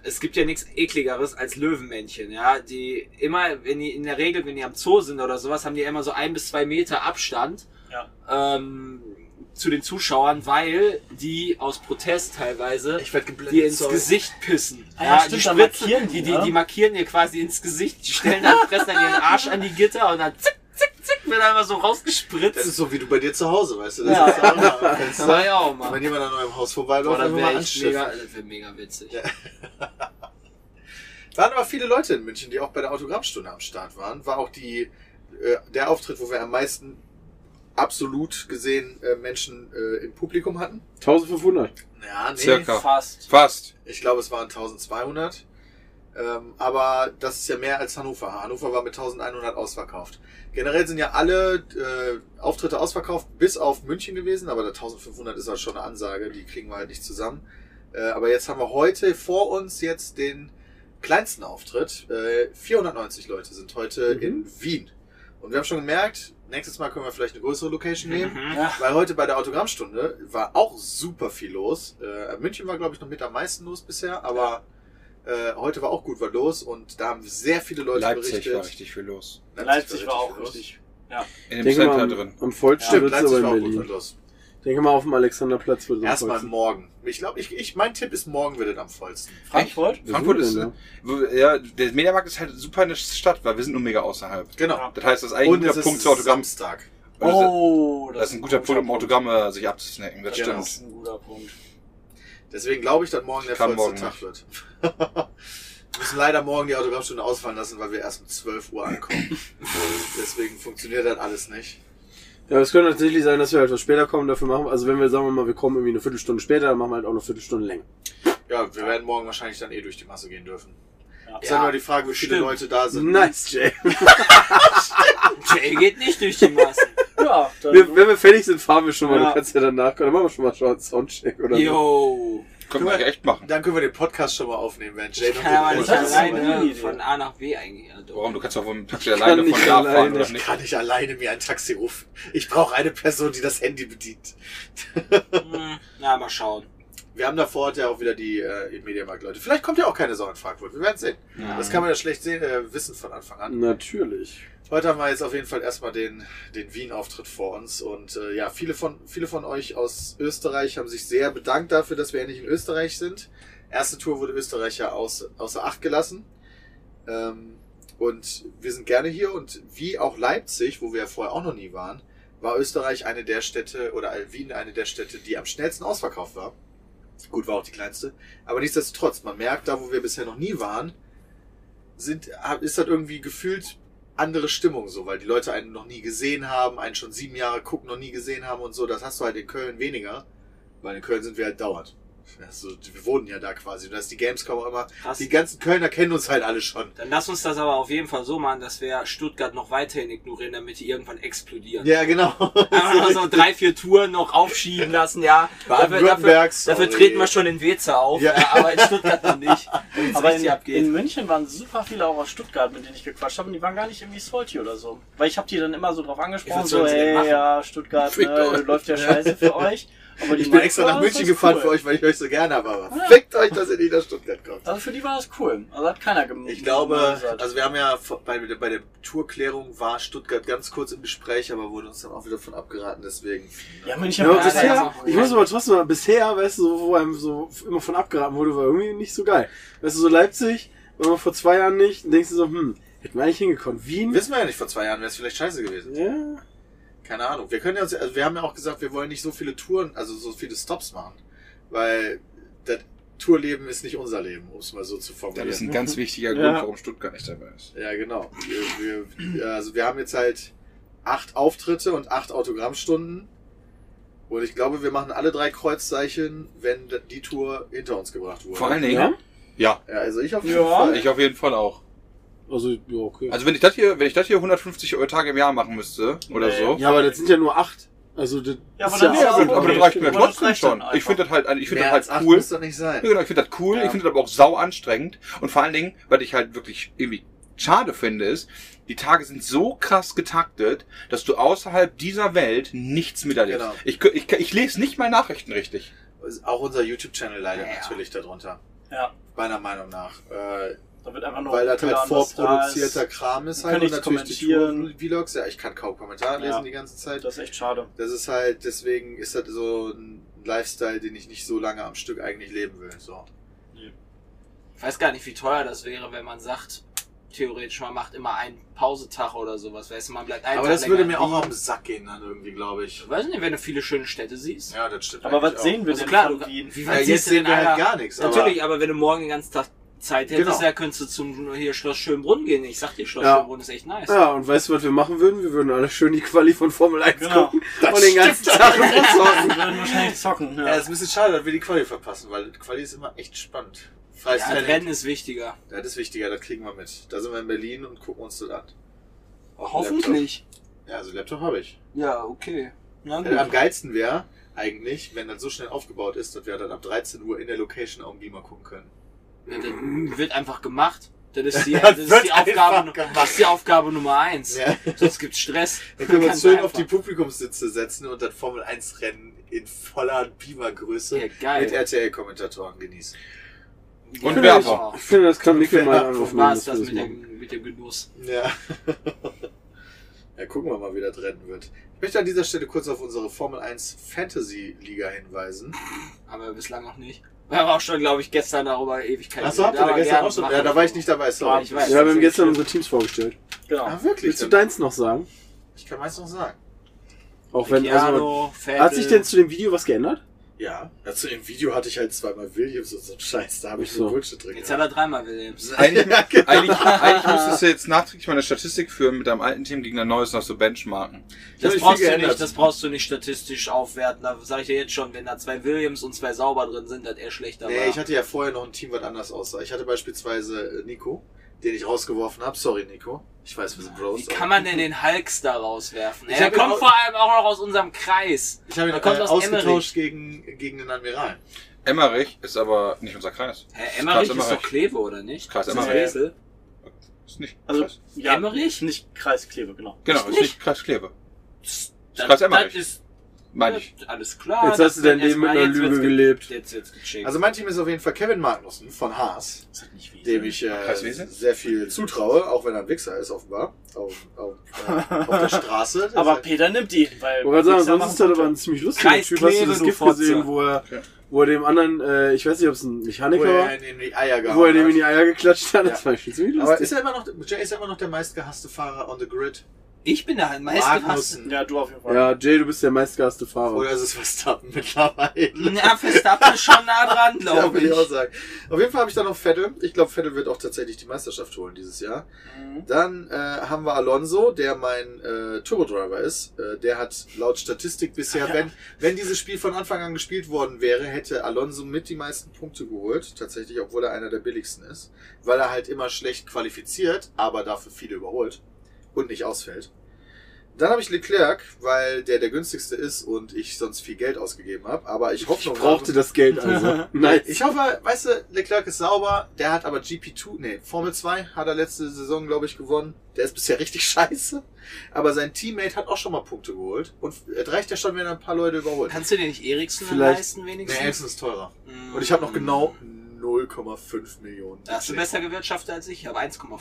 es gibt ja nichts ekligeres als Löwenmännchen, ja. Die immer, wenn die in der Regel, wenn die am Zoo sind oder sowas, haben die immer so ein bis zwei Meter Abstand ähm, zu den Zuschauern, weil die aus Protest teilweise Ich werd geblendet, die ins sorry. Gesicht pissen. Ah ja, stimmt, dann markieren die, die, die, ne? die markieren dir quasi ins Gesicht, die stellen dann, fressen dann ihren Arsch an die Gitter und dann zick, zick, zick, wird einmal so Das ist rausgespritzt. so wie du bei dir zu Hause, weißt du? Das Ja. ist auch mal [LAUGHS] am Fenster. war ja auch Und mal. Wenn jemand an eurem Haus Boah, vorbeiläuft, das einfach wäre mal echt anschiffen. mega, das wär mega witzig. waren aber viele Leute in München, die auch bei der Autogrammstunde am Start waren. War auch die, äh, der Auftritt, wo wir am meisten absolut gesehen äh, Menschen äh, im Publikum hatten. 1500. Ja, nee. Circa. Fast. Fast. Ich glaube, es waren 1200. Ähm, aber das ist ja mehr als Hannover. Hannover war mit 1100 ausverkauft. Generell sind ja alle äh, Auftritte ausverkauft, bis auf München gewesen. Aber der 1500 ist halt schon eine Ansage. Die kriegen wir halt nicht zusammen. Äh, aber jetzt haben wir heute vor uns jetzt den kleinsten Auftritt. Äh, 490 Leute sind heute Mhm. in Wien. Und wir haben schon gemerkt, nächstes Mal können wir vielleicht eine größere Location nehmen. Ja. Weil heute bei der Autogrammstunde war auch super viel los. Äh, München war, glaube ich, noch mit am meisten los bisher, aber äh, heute war auch gut was los und da haben sehr viele Leute Leipzig war berichtet. richtig viel los. Leipzig war richtig auch viel lustig. In Ich dem denke mal, Center am, drin. am vollsten Stimmt, wird's aber Leipzig war auch in gut was Berlin. los. Ich denke mal, auf dem Alexanderplatz wird es am Erstmal vollsten. morgen. Ich glaube, ich, ich, mein Tipp ist, morgen wird es am vollsten. Frankfurt? Wo Frankfurt ist, äh, sind wir ja, der Mediamarkt ist halt super eine Stadt, weil wir sind nur mega außerhalb. Genau. Das heißt, das ist eigentlich ein und es guter ist Punkt zu Autogramm. Samstag. Oh, Das ist ein guter Punkt, um Autogramme sich abzusnacken, das Genau. Das ist stimmt. ein guter Punkt. Deswegen glaube ich, dass morgen der kann vollste morgen Tag wird. [LAUGHS] wir müssen leider morgen die Autogrammstunde ausfallen lassen, weil wir erst um 12 Uhr [LAUGHS] ankommen. Deswegen funktioniert das alles nicht. Ja, es könnte tatsächlich sein, dass wir halt was später kommen, dafür machen. wir- Also wenn wir, sagen wir mal, wir kommen irgendwie eine Viertelstunde später, dann machen wir halt auch eine Viertelstunde länger. Ja, wir werden morgen wahrscheinlich dann eh durch die Masse gehen dürfen. Ja. Ist ja. nur die Frage, wie viele Stimmt. Leute da [LAUGHS] sind. Nice, Jay. Jay geht nicht durch die [LAUGHS] Massen. Ja, dann Wir, wenn wir fertig sind, fahren wir schon mal. Ja. Du kannst ja danach kommen. Dann machen wir schon mal schon einen Soundcheck oder so. Yo. Können wir eigentlich echt machen. Dann können wir den Podcast schon mal aufnehmen, wenn Jane Kann aber und nicht Das ist eine gute alleine ne? Idee. von A nach B Also, eigentlich. Ja, doch. Warum? Du kannst doch wohl mit dem Taxi alleine nicht von da fahren alleine. oder ich nicht? kann nicht alleine mir ein Taxi rufen. Ich brauche eine Person, die das Handy bedient. Hm, Na, mal schauen. Wir haben da vor Ort ja auch wieder die äh, im Mediamarkt Leute. Vielleicht kommt ja auch keine Sau in Frankfurt. Wir werden sehen. Das kann man ja schlecht sehen, äh, wissen von Anfang an. Natürlich. Heute haben wir jetzt auf jeden Fall erstmal den, den Wien-Auftritt vor uns. Und äh, ja, viele von, viele von euch aus Österreich haben sich sehr bedankt dafür, dass wir endlich in Österreich sind. Erste Tour wurde Österreich ja aus, außer Acht gelassen. Ähm, und wir sind gerne hier. Und wie auch Leipzig, wo wir ja vorher auch noch nie waren, war Österreich eine der Städte oder äh, Wien eine der Städte, die am schnellsten ausverkauft war. Gut, war auch die kleinste. Aber nichtsdestotrotz, man merkt, da wo wir bisher noch nie waren, sind, ist das irgendwie gefühlt andere Stimmung so, weil die Leute einen noch nie gesehen haben, einen schon sieben Jahre gucken, noch nie gesehen haben und so. Das hast du halt in Köln weniger, weil in Köln sind wir halt dauernd. Also, wir wohnen ja da quasi. Und da ist die Gamescom auch immer. Krass. Die ganzen Kölner kennen uns halt alle schon. Dann lass uns das aber auf jeden Fall so machen, dass wir Stuttgart noch weiterhin ignorieren, damit die irgendwann explodieren. Ja, genau. [LAUGHS] [LAUGHS] Einfach noch so drei, vier Touren noch aufschieben lassen, ja. Dafür, dafür, Baden-Württemberg, sorry. dafür treten wir schon in Weze auf, ja. Ja. aber in Stuttgart noch [LAUGHS] nicht. wenn's Aber in, richtig abgeht. in München waren super viele auch aus Stuttgart, mit denen ich gequatscht habe, und die waren gar nicht irgendwie salty oder so. Weil ich habe die dann immer so drauf angesprochen, was so, sollen sie denn hey, machen? ja, Stuttgart, Fickt ne, euch. läuft ja scheiße für euch. Aber die Ich bin Mike extra war- nach München das gefahren cool. für euch, weil ich euch so gerne habe. Ah. Aber fickt euch, dass ihr nicht nach Stuttgart kommt. Also für die war es cool. Also hat keiner gemacht. Ich glaube, also wir haben ja vor- bei, bei der Tourklärung war Stuttgart ganz kurz im Gespräch, aber wurde uns dann auch wieder von abgeraten, deswegen. ja, Mann, ich Ja, habe aber ja, bisher, ja, ich muss aber trotzdem sagen, bisher, weißt du, so, wo einem so immer von abgeraten wurde, war irgendwie nicht so geil. Weißt du, so Leipzig, wenn man vor zwei Jahren nicht, dann denkst du so, hm, hätten wir eigentlich hingekommen. Wien? Wissen wir ja nicht, vor zwei Jahren wäre es vielleicht scheiße gewesen. Ja. Keine Ahnung. Wir können ja, uns- also wir haben ja auch gesagt, wir wollen nicht so viele Touren, also so viele Stops machen, weil das Tourleben ist nicht unser Leben, um es mal so zu Das ist ein formulieren. ganz wichtiger Ja. Grund, warum Stuttgart nicht dabei ist. Ja, genau. Wir, wir, also wir haben jetzt halt acht Auftritte und acht Autogrammstunden. Und ich glaube, wir machen alle drei Kreuzzeichen, wenn die Tour hinter uns gebracht wurde. Vor allen Dingen. ja? Ja. Ja, also ich auf jeden Ja. Fall. Ich auf jeden Fall auch. Also, ja, okay. Also wenn ich das hier, wenn ich das hier 150 Euro Tage im Jahr machen müsste oder Nee. so. ja, aber das sind ja nur acht. Also, das Ja, aber ist dann ja, ist ja auch gut, okay. Aber das reicht mir Aber das trotzdem reicht dann schon. Ich einfach. finde das halt, ich finde Mehr das als acht halt cool. muss doch nicht sein. Ja, genau, ich finde das cool, Ja. ich finde das aber auch sau anstrengend. Und vor allen Dingen, was ich halt wirklich irgendwie schade finde, ist, die Tage sind so krass getaktet, dass du außerhalb dieser Welt nichts miterlebst. Genau. Ich, kö- ich, ich lese nicht mal Nachrichten richtig. Ist Auch unser YouTube-Channel leider Ja. natürlich darunter. Ja, Meiner Meinung nach. Äh, da wird einfach nur weil das halt hochgeladen, was da ist. vorproduzierter Kram ist Wir halt können und nichts natürlich die kommentieren. Tour-Vlogs. Ja, ich kann kaum Kommentare Ja. lesen die ganze Zeit. Das ist echt schade. Das ist halt, deswegen ist das so ein Lifestyle, den ich nicht so lange am Stück eigentlich leben will. So. Ich weiß gar nicht, wie teuer das wäre, wenn man sagt, theoretisch, man macht immer einen Pausetag oder sowas. Weißt du, man bleibt einen Aber Tag das würde länger mir liegen. auch auf den Sack gehen dann irgendwie, glaube ich. Ich weiß nicht, wenn du viele schöne Städte siehst. Ja, das stimmt. Aber eigentlich was sehen wir Also denn klar, von du- Wien? wie Ja, was jetzt siehst du sehen denn, wir halt Alter? gar nichts. Natürlich, aber wenn du morgen den ganzen Tag Zeit hättest, Genau. ja, könntest du zum hier Schloss Schönbrunn gehen. Ich sag dir, Schloss Ja. Schönbrunn ist echt nice. Ja, und weißt du, was wir machen würden? Wir würden alle schön die Quali von Formel 1 Genau. gucken und den ganzen Tag rumzocken. Wir würden wahrscheinlich zocken. Aber, ja, Ja. es ist ein bisschen schade, dass wir die Quali verpassen, weil die Quali ist immer echt spannend. Freies Ja, Talent. Rennen ist wichtiger. Ja, das ist wichtiger, das kriegen wir mit. Da sind wir in Berlin und gucken uns das an. Auf dem Hoffentlich. Laptop. Ja, also Laptop habe ich. Ja, okay. Na Äh, am gut. geilsten wäre eigentlich, wenn das so schnell aufgebaut ist, dass wir dann ab 13 Uhr in der Location auch irgendwie mal [LAUGHS] gucken können. Ja, das wird einfach gemacht. Das ist [LAUGHS] die, Das das ist wird die, einfach Aufgabe, gemacht. das ist die Aufgabe Nummer eins. Ja. Sonst gibt's Stress. [LAUGHS] Dann können wir uns Ganz schön auf die einfach. Publikumssitze setzen und das Formel 1 Rennen in voller Beamergröße Ja, geil. mit RTL-Kommentatoren genießen. Und Ja, Werfer. Ich finde, das kann Nickel mal Ja, Wo anrufen. war dass es das wir das mit machen. dem, mit dem Genuss? Ja. [LAUGHS] ja, gucken wir mal, wie das Rennen wird. Ich möchte an dieser Stelle kurz auf unsere Formel 1 Fantasy Liga hinweisen. Haben wir bislang noch nicht. Wir haben auch schon, glaube ich, gestern darüber Ewigkeiten Achso, habt ihr da geredet, aber gerne gestern auch schon? machen Ja, da wir war so. ich nicht dabei, sorry. Ich weiß. Ja, wir haben gestern unsere Teams vorgestellt. Genau. Ah, wirklich? Willst du deins noch sagen? ich kann meins noch sagen. Auch wenn, also, Ricciardo, Vettel. hat sich denn zu dem Video was geändert? Ja, dazu im Video hatte ich halt zweimal Williams und so einen Scheiß, da habe ich Ach so. so Bullshit drin. Jetzt hat gehabt. er dreimal Williams. Eigentlich, genau. eigentlich, eigentlich müsstest du jetzt nachträglich mal eine Statistik führen mit deinem alten Team gegen dein neues noch so benchmarken. hab Das mich brauchst viel du geändert. nicht, das brauchst du nicht statistisch aufwerten. Da sage ich dir jetzt schon, wenn da zwei Williams und zwei Sauber drin sind, hat er schlechter Nee, war. ich hatte ja vorher noch ein Team, was anders aussah. Ich hatte beispielsweise äh, Nico, den ich rausgeworfen habe. Sorry, Nico. Ich weiß, wir sind Bros. Wie aber- kann man denn den Hulks da rauswerfen? Ich Er hab ihn kommt au- vor allem auch noch aus unserem Kreis. Ich habe ihn Er kommt äh, aus ausgetauscht gegen, gegen den Admiral. Emmerich ist aber nicht unser Kreis. Herr Emmerich ist Karl doch Kleve, oder nicht? Karl Ist das Emmerich. Wesel? Ist nicht Also, Kreis. ja, Emmerich? Nicht Kreis Kleve, genau. Genau, ist nicht Kreis Kleve. Das, Karl das Emmerich. ist Meine ich. alles klar. Jetzt hast du Das- dein Leben mit erstmal einer jetzt wird's Lüge ge- gelebt. Jetzt wird's gecheckt. Also mein Team ist auf jeden Fall Kevin Magnussen von Haas. Ist das nicht dem ich äh, Kreis Wesel? sehr viel zutraue, auch wenn er ein Wichser ist, offenbar. Auf, auf, äh, auf der Straße. Das [LAUGHS] Aber ist halt- Peter nimmt ihn, weil. Ich wollte gerade sagen, sonst Pixar ist das machen aber ein Gute. ziemlich lustiger Typ. Hast du Kreisklebe, das du Gift Fotze. gesehen, wo er, wo er dem anderen, äh, ich weiß nicht, ob es ein wo Mechaniker er war, ihn in die Eier gehauen wo er dem in die hat. Eier geklatscht hat. Das Ja. war schon ziemlich Aber ist lustig. er immer noch, Jay ist immer noch der meistgehasste Fahrer on the grid. ich bin der meistgehasste. Magnussen. Ja, du auf jeden Fall. Ja, Jay, du bist der meistgehasste Fahrer. Oder ist es Verstappen mittlerweile? Na, Verstappen ist schon nah dran, Ja, glaube würde ich auch ich. sagen. Auf jeden Fall habe ich dann noch Vettel. Ich glaube, Vettel wird auch tatsächlich die Meisterschaft holen dieses Jahr. Mhm. Dann äh, haben wir Alonso, der mein äh, Turbodriver ist. Äh, der hat laut Statistik bisher, wenn, wenn dieses Spiel von Anfang an gespielt worden wäre, hätte Alonso mit die meisten Punkte geholt. Tatsächlich, obwohl er einer der billigsten ist. Weil er halt immer schlecht qualifiziert, aber dafür viele überholt und nicht ausfällt. Dann habe ich Leclerc, weil der der günstigste ist und ich sonst viel Geld ausgegeben habe. Aber ich hoffe Ich brauchte das [LAUGHS] Geld also. Nein. Ich hoffe, weißt du, Leclerc ist sauber, der hat aber GP2, nee, Formel 2 hat er letzte Saison, glaube ich, gewonnen. Der ist bisher [LAUGHS] richtig scheiße. Aber sein Teammate hat auch schon mal Punkte geholt. Und es reicht ja schon, wenn er ein paar Leute überholt. Kannst du dir nicht Eriksen Vielleicht- leisten Nee, wenigstens? Ericsson ist teurer. Mm. Und ich habe noch genau 0,5 Millionen. Da hast du besser gewirtschaftet als ich, ich habe 1,5.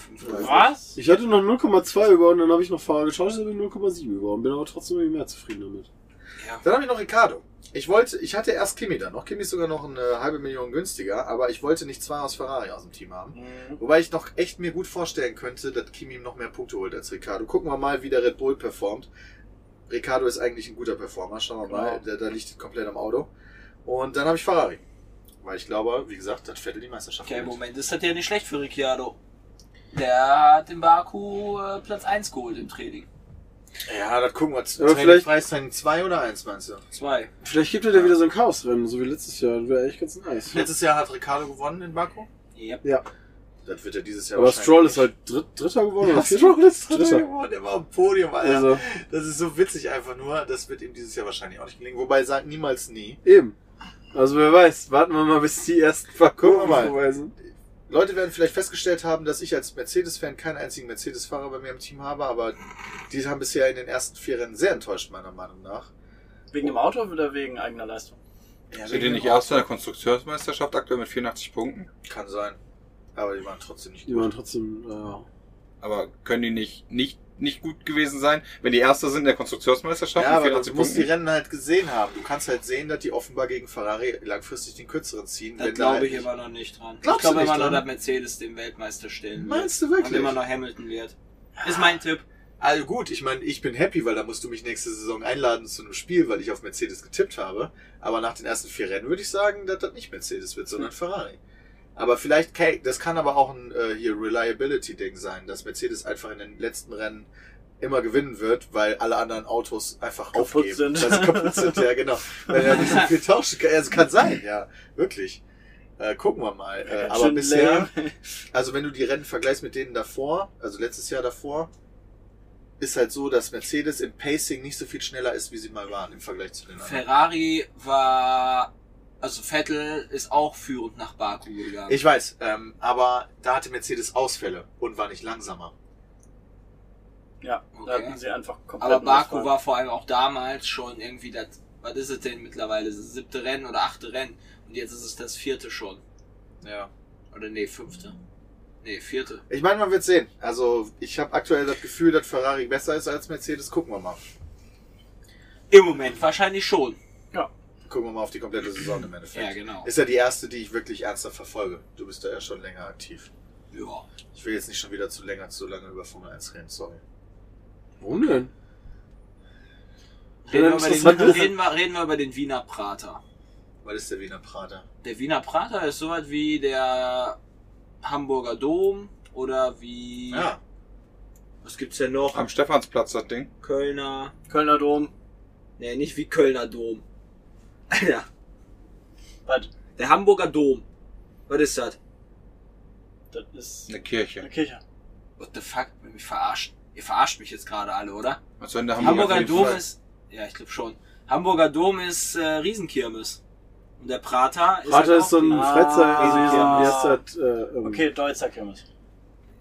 Was? Ich hatte noch 0,2 über und dann habe ich noch Fahrer getauscht, habe ich 0,7 über und bin aber trotzdem irgendwie mehr zufrieden damit. Dann habe ich noch Ricardo. Ich wollte, ich hatte erst Kimi dann noch. Kimi ist sogar noch eine halbe Million günstiger, aber ich wollte nicht zwei aus Ferrari aus dem Team haben. Wobei ich noch echt mir gut vorstellen könnte, dass Kimi ihm noch mehr Punkte holt als Ricardo. Gucken wir mal, wie der Red Bull performt. Ricardo ist eigentlich ein guter Performer, schauen wir Genau. mal. Da, da liegt es komplett am Auto. Und dann habe ich Ferrari. Weil ich glaube, wie gesagt, das Vettel die Meisterschaft Okay, im gewinnt. Moment ist das ja nicht schlecht für Ricciardo. Der hat in Baku äh, Platz 1 geholt im Training. Ja, das gucken wir. Aber Training, vielleicht- Preistraining 2 oder 1 meinst du? Zwei. Vielleicht gibt er da wieder so ein Chaosrennen, so wie letztes Jahr. Das wäre eigentlich ganz nice. Letztes Jahr hat Ricardo gewonnen in Baku. Yep. Ja. Das wird er dieses Jahr Aber wahrscheinlich Stroll ist nicht. halt Dritt, Dritter geworden. Ja, oder Vierter? Stroll ist Dritter Dritter. geworden, der war am Podium, Alter. Also, Das ist so witzig einfach nur, das wird ihm dieses Jahr wahrscheinlich auch nicht gelingen. Wobei, sagt niemals nie. eben. Also wer weiß, warten wir mal, bis die ersten Gucken wir Verkäufe mal. vorbei sind. Leute werden vielleicht festgestellt haben, dass ich als Mercedes-Fan keinen einzigen Mercedes-Fahrer bei mir im Team habe, aber die haben bisher in den ersten vier Rennen sehr enttäuscht, meiner Meinung nach. Wegen dem Auto oder wegen eigener Leistung? Ja, Sind die nicht erst in der Konstrukteursmeisterschaft aktuell mit 84 Punkten? Kann sein. Aber die waren trotzdem nicht Die gut. waren trotzdem, äh, Aber können die nicht, nicht, nicht gut gewesen sein, wenn die Erster sind in der Konstrukteursmeisterschaft Ja, aber mit du 84 musst die Punkten? Rennen halt gesehen haben. Du kannst halt sehen, dass die offenbar gegen Ferrari langfristig den kürzeren ziehen. Da wenn glaube da halt ich nicht- aber noch nicht dran. Glaubst ich du glaube nicht immer noch, dran? dass Mercedes den Weltmeister stellen wird. Meinst du Und wirklich? immer noch Hamilton wird. Ist mein Tipp. Also gut, ich meine, ich bin happy, weil da musst du mich nächste Saison einladen zu einem Spiel, weil ich auf Mercedes getippt habe. Aber nach den ersten vier Rennen würde ich sagen, dass das nicht Mercedes wird, Hm. sondern Ferrari. Aber vielleicht, ke- das kann aber auch ein äh, hier Reliability-Ding sein, dass Mercedes einfach in den letzten Rennen immer gewinnen wird, weil alle anderen Autos einfach Kaputt aufgeben, sind. weil sie kaputt sind. Ja, genau. Weil er nicht so [LAUGHS] viel tauschen kann. Also kann sein, ja, wirklich. Äh, gucken wir mal. Äh, aber Schön bisher, lame. also wenn du die Rennen vergleichst mit denen davor, also letztes Jahr davor, ist halt so, dass Mercedes im Pacing nicht so viel schneller ist, wie sie mal waren im Vergleich zu den anderen. Ferrari war, also Vettel ist auch führend nach Baku gegangen. Ich weiß, ähm, aber da hatte Mercedes Ausfälle und war nicht langsamer. [LAUGHS] Ja, Okay. da hatten sie einfach komplett. Aber Baku Ausfall. war vor allem auch damals schon irgendwie das, was ist es denn mittlerweile, das siebte Rennen oder achte Rennen und jetzt ist es das vierte schon. Ja. Oder nee, fünfte. Nee, vierte. Ich meine, man wird sehen. Also ich habe aktuell das Gefühl, dass Ferrari besser ist als Mercedes. Gucken wir mal. Im Moment wahrscheinlich schon. Gucken wir mal auf die komplette Saison im Endeffekt. Ja, genau. Ist ja die erste, die ich wirklich ernsthaft verfolge. Du bist da ja schon länger aktiv. Ja. Ich will jetzt nicht schon wieder zu länger, zu lange über Formel 1 reden, sorry. Warum denn? Reden wir, über interessant den, ist- halt reden, wir, reden wir über den Wiener Prater. Was ist der Wiener Prater? Der Wiener Prater ist sowas wie der Hamburger Dom oder wie. Ja. Was gibt's denn noch? Am Stephansplatz, das Ding. Kölner. Kölner Dom. Nee, nicht wie Kölner Dom. [LAUGHS] Alter. Was? Der Hamburger Dom. Was ist das? Das ist Ne. Eine Kirche. eine Kirche. What the fuck? Ihr Mich verarscht. Ihr verarscht mich jetzt gerade alle, oder? Also in der Hamburger, Hamburger Dom ist. Ja, ich glaube schon. Hamburger Dom ist äh, Riesenkirmes. Und der Prater ist. Prater halt ist so ein auch- Ah. Freizeit, also hier so ein, wie heißt Ah. das, äh, ähm, Okay, Deutzer Kirmes.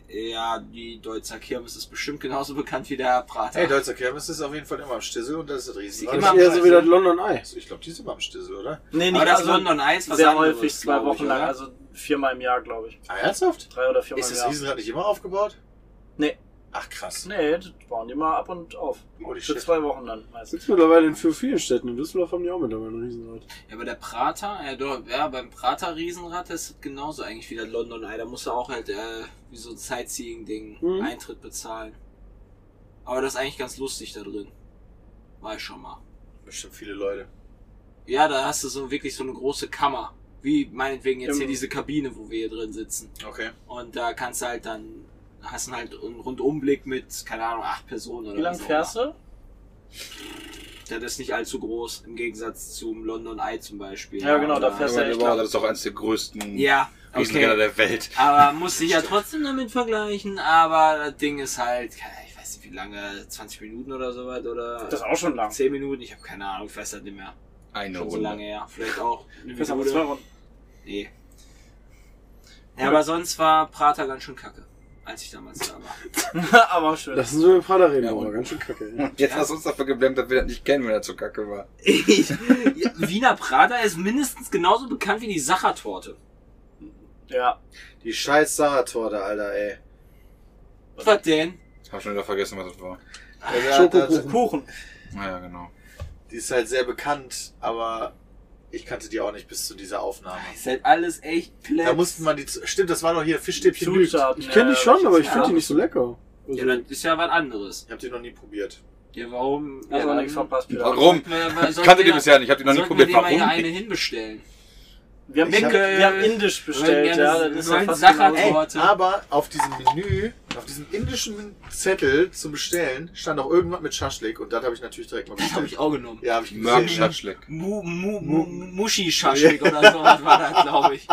Ja, die Deutzer Kirmes ist bestimmt genauso [LAUGHS] bekannt wie der Prater. Hey, Deutzer Kirmes ist auf jeden Fall immer am Stissel und das ist riesig. Das Immer ist eher so wie Preise. das London Eye. Ich glaube, die sind immer am Stissel, oder? Nee, also Aber das London Eye ist was sehr anderes, häufig, zwei glaub ich, Wochen lang, oder? also viermal im Jahr, glaube ich. Ah, ernsthaft? Drei oder viermal Ist im das Jahr. Riesenrad nicht immer aufgebaut? Nee. Ach, krass. Nee, das bauen die mal ab und auf. Holy Für shit. zwei Wochen dann meistens. Gibt's mittlerweile in für vielen Städten. In Düsseldorf haben die auch mittlerweile ein Riesenrad. Ja, aber der Prater, ja, doch, ja beim Prater Riesenrad das ist genauso eigentlich wie der London Eye. Da musst du auch halt äh, wie so ein Sightseeing-Ding Mhm. Eintritt bezahlen. Aber das ist eigentlich ganz lustig da drin. War ich schon mal. Bestimmt viele Leute. Ja, da hast du so wirklich so eine große Kammer. Wie meinetwegen jetzt hier Im- diese Kabine, wo wir hier drin sitzen. Okay. Und da kannst du halt dann, hast dann halt einen Rundumblick mit, keine Ahnung, acht Personen oder Wie lang so. fährst du? Ja, das ist nicht allzu groß, im Gegensatz zum London Eye zum Beispiel. Ja, genau, da Oder- fährst du echt Wow, lang. das ist auch eines der größten Ja, Riesenräder okay. der Welt. Aber muss ich ja trotzdem damit vergleichen, aber das Ding ist halt, keine Ahnung, ich weiß nicht, wie lange? 20 Minuten oder so was? Oder Das ist auch schon lang. 10 Minuten? Ich habe keine Ahnung, ich weiß das nicht mehr. Eine Schon so lange Runde. her. Vielleicht auch eine Das haben wir zwei Minute. Runden. [LAUGHS] Nee. Ja, aber sonst war Prater ganz schön kacke, als ich damals da war. Aber schön. Lassen Sie mit dem Vater reden, Ja, aber und- ganz schön kacke. Ja. Jetzt hast du uns dafür geblendet, dass wir das nicht kennen, wenn das so kacke war. Ich, ja, Wiener Prater ist mindestens genauso bekannt wie die Sachertorte. ja. Die scheiß Sahatorte, Alter, ey. Was denn? Ich hab schon wieder vergessen, was das war. Also, Schokokuchen. da- Kuchen. Naja, genau. Die ist halt sehr bekannt, aber ich kannte die auch nicht bis zu dieser Aufnahme. Ist halt alles echt Da platt. musste man die. Stimmt, das war doch hier Fischstäbchen lügt. Ich Zutaten, Ich kenne die ja, schon, aber ich ja. finde die nicht so lecker. Also, Ja, das ist ja was anderes. habe die noch nie probiert. Ja, warum? Also, Hast ja, du noch nichts verpasst, Peter. Warum? Ich kannte die bisher nicht, ich hab die noch nie probiert. Warum? Ich mal hier Warum? eine hinbestellen. Wir haben, Ich hab- wir haben indisch bestellt, gerne ja. Das ist ja so fast genau Sacher- Ey, genauso. Torte. aber auf diesem Menü, auf diesem indischen Zettel zum Bestellen, stand auch irgendwas mit Schaschlik und das habe ich natürlich direkt mal Das habe bestellt. ich auch genommen. Ja, habe ich Mörk gesehen. Schatzschleck. Mu, mu, mu, Muschi-Schaschlik oder so was war das, glaube ich.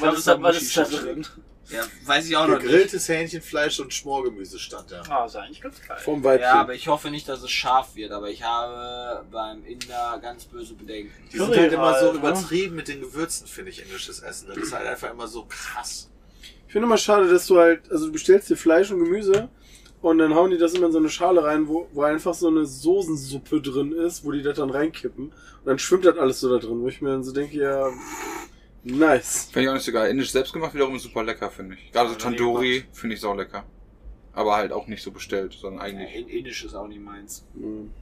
Was ist da, was ist da drin? Ja, weiß ich auch noch nicht. Gegrilltes Hähnchenfleisch und Schmorgemüse stand da. Ah, ist eigentlich ganz geil. vom Weibchen. Ja, aber ich hoffe nicht, dass es scharf wird, aber ich habe beim Inder ganz böse Bedenken. Die sind Curry halt immer so halt, ne? übertrieben mit den Gewürzen, finde ich, indisches Essen. Das ist halt einfach immer so krass. Ich finde immer schade, dass du halt, also du bestellst dir Fleisch und Gemüse und dann hauen die das immer in so eine Schale rein, wo, wo einfach so eine Soßensuppe drin ist, wo die das dann reinkippen. Und dann schwimmt das alles so da drin, wo ich mir dann so denke, ja, nice. Finde ich auch nicht so geil. Indisch selbst gemacht wiederum ist super lecker, finde ich. Gerade so Hab ich noch nie Tandoori finde ich sau lecker. Aber halt auch nicht so bestellt, sondern Äh, Ja, eigentlich. Äh, in- Indisch ist auch nicht meins. Mhm.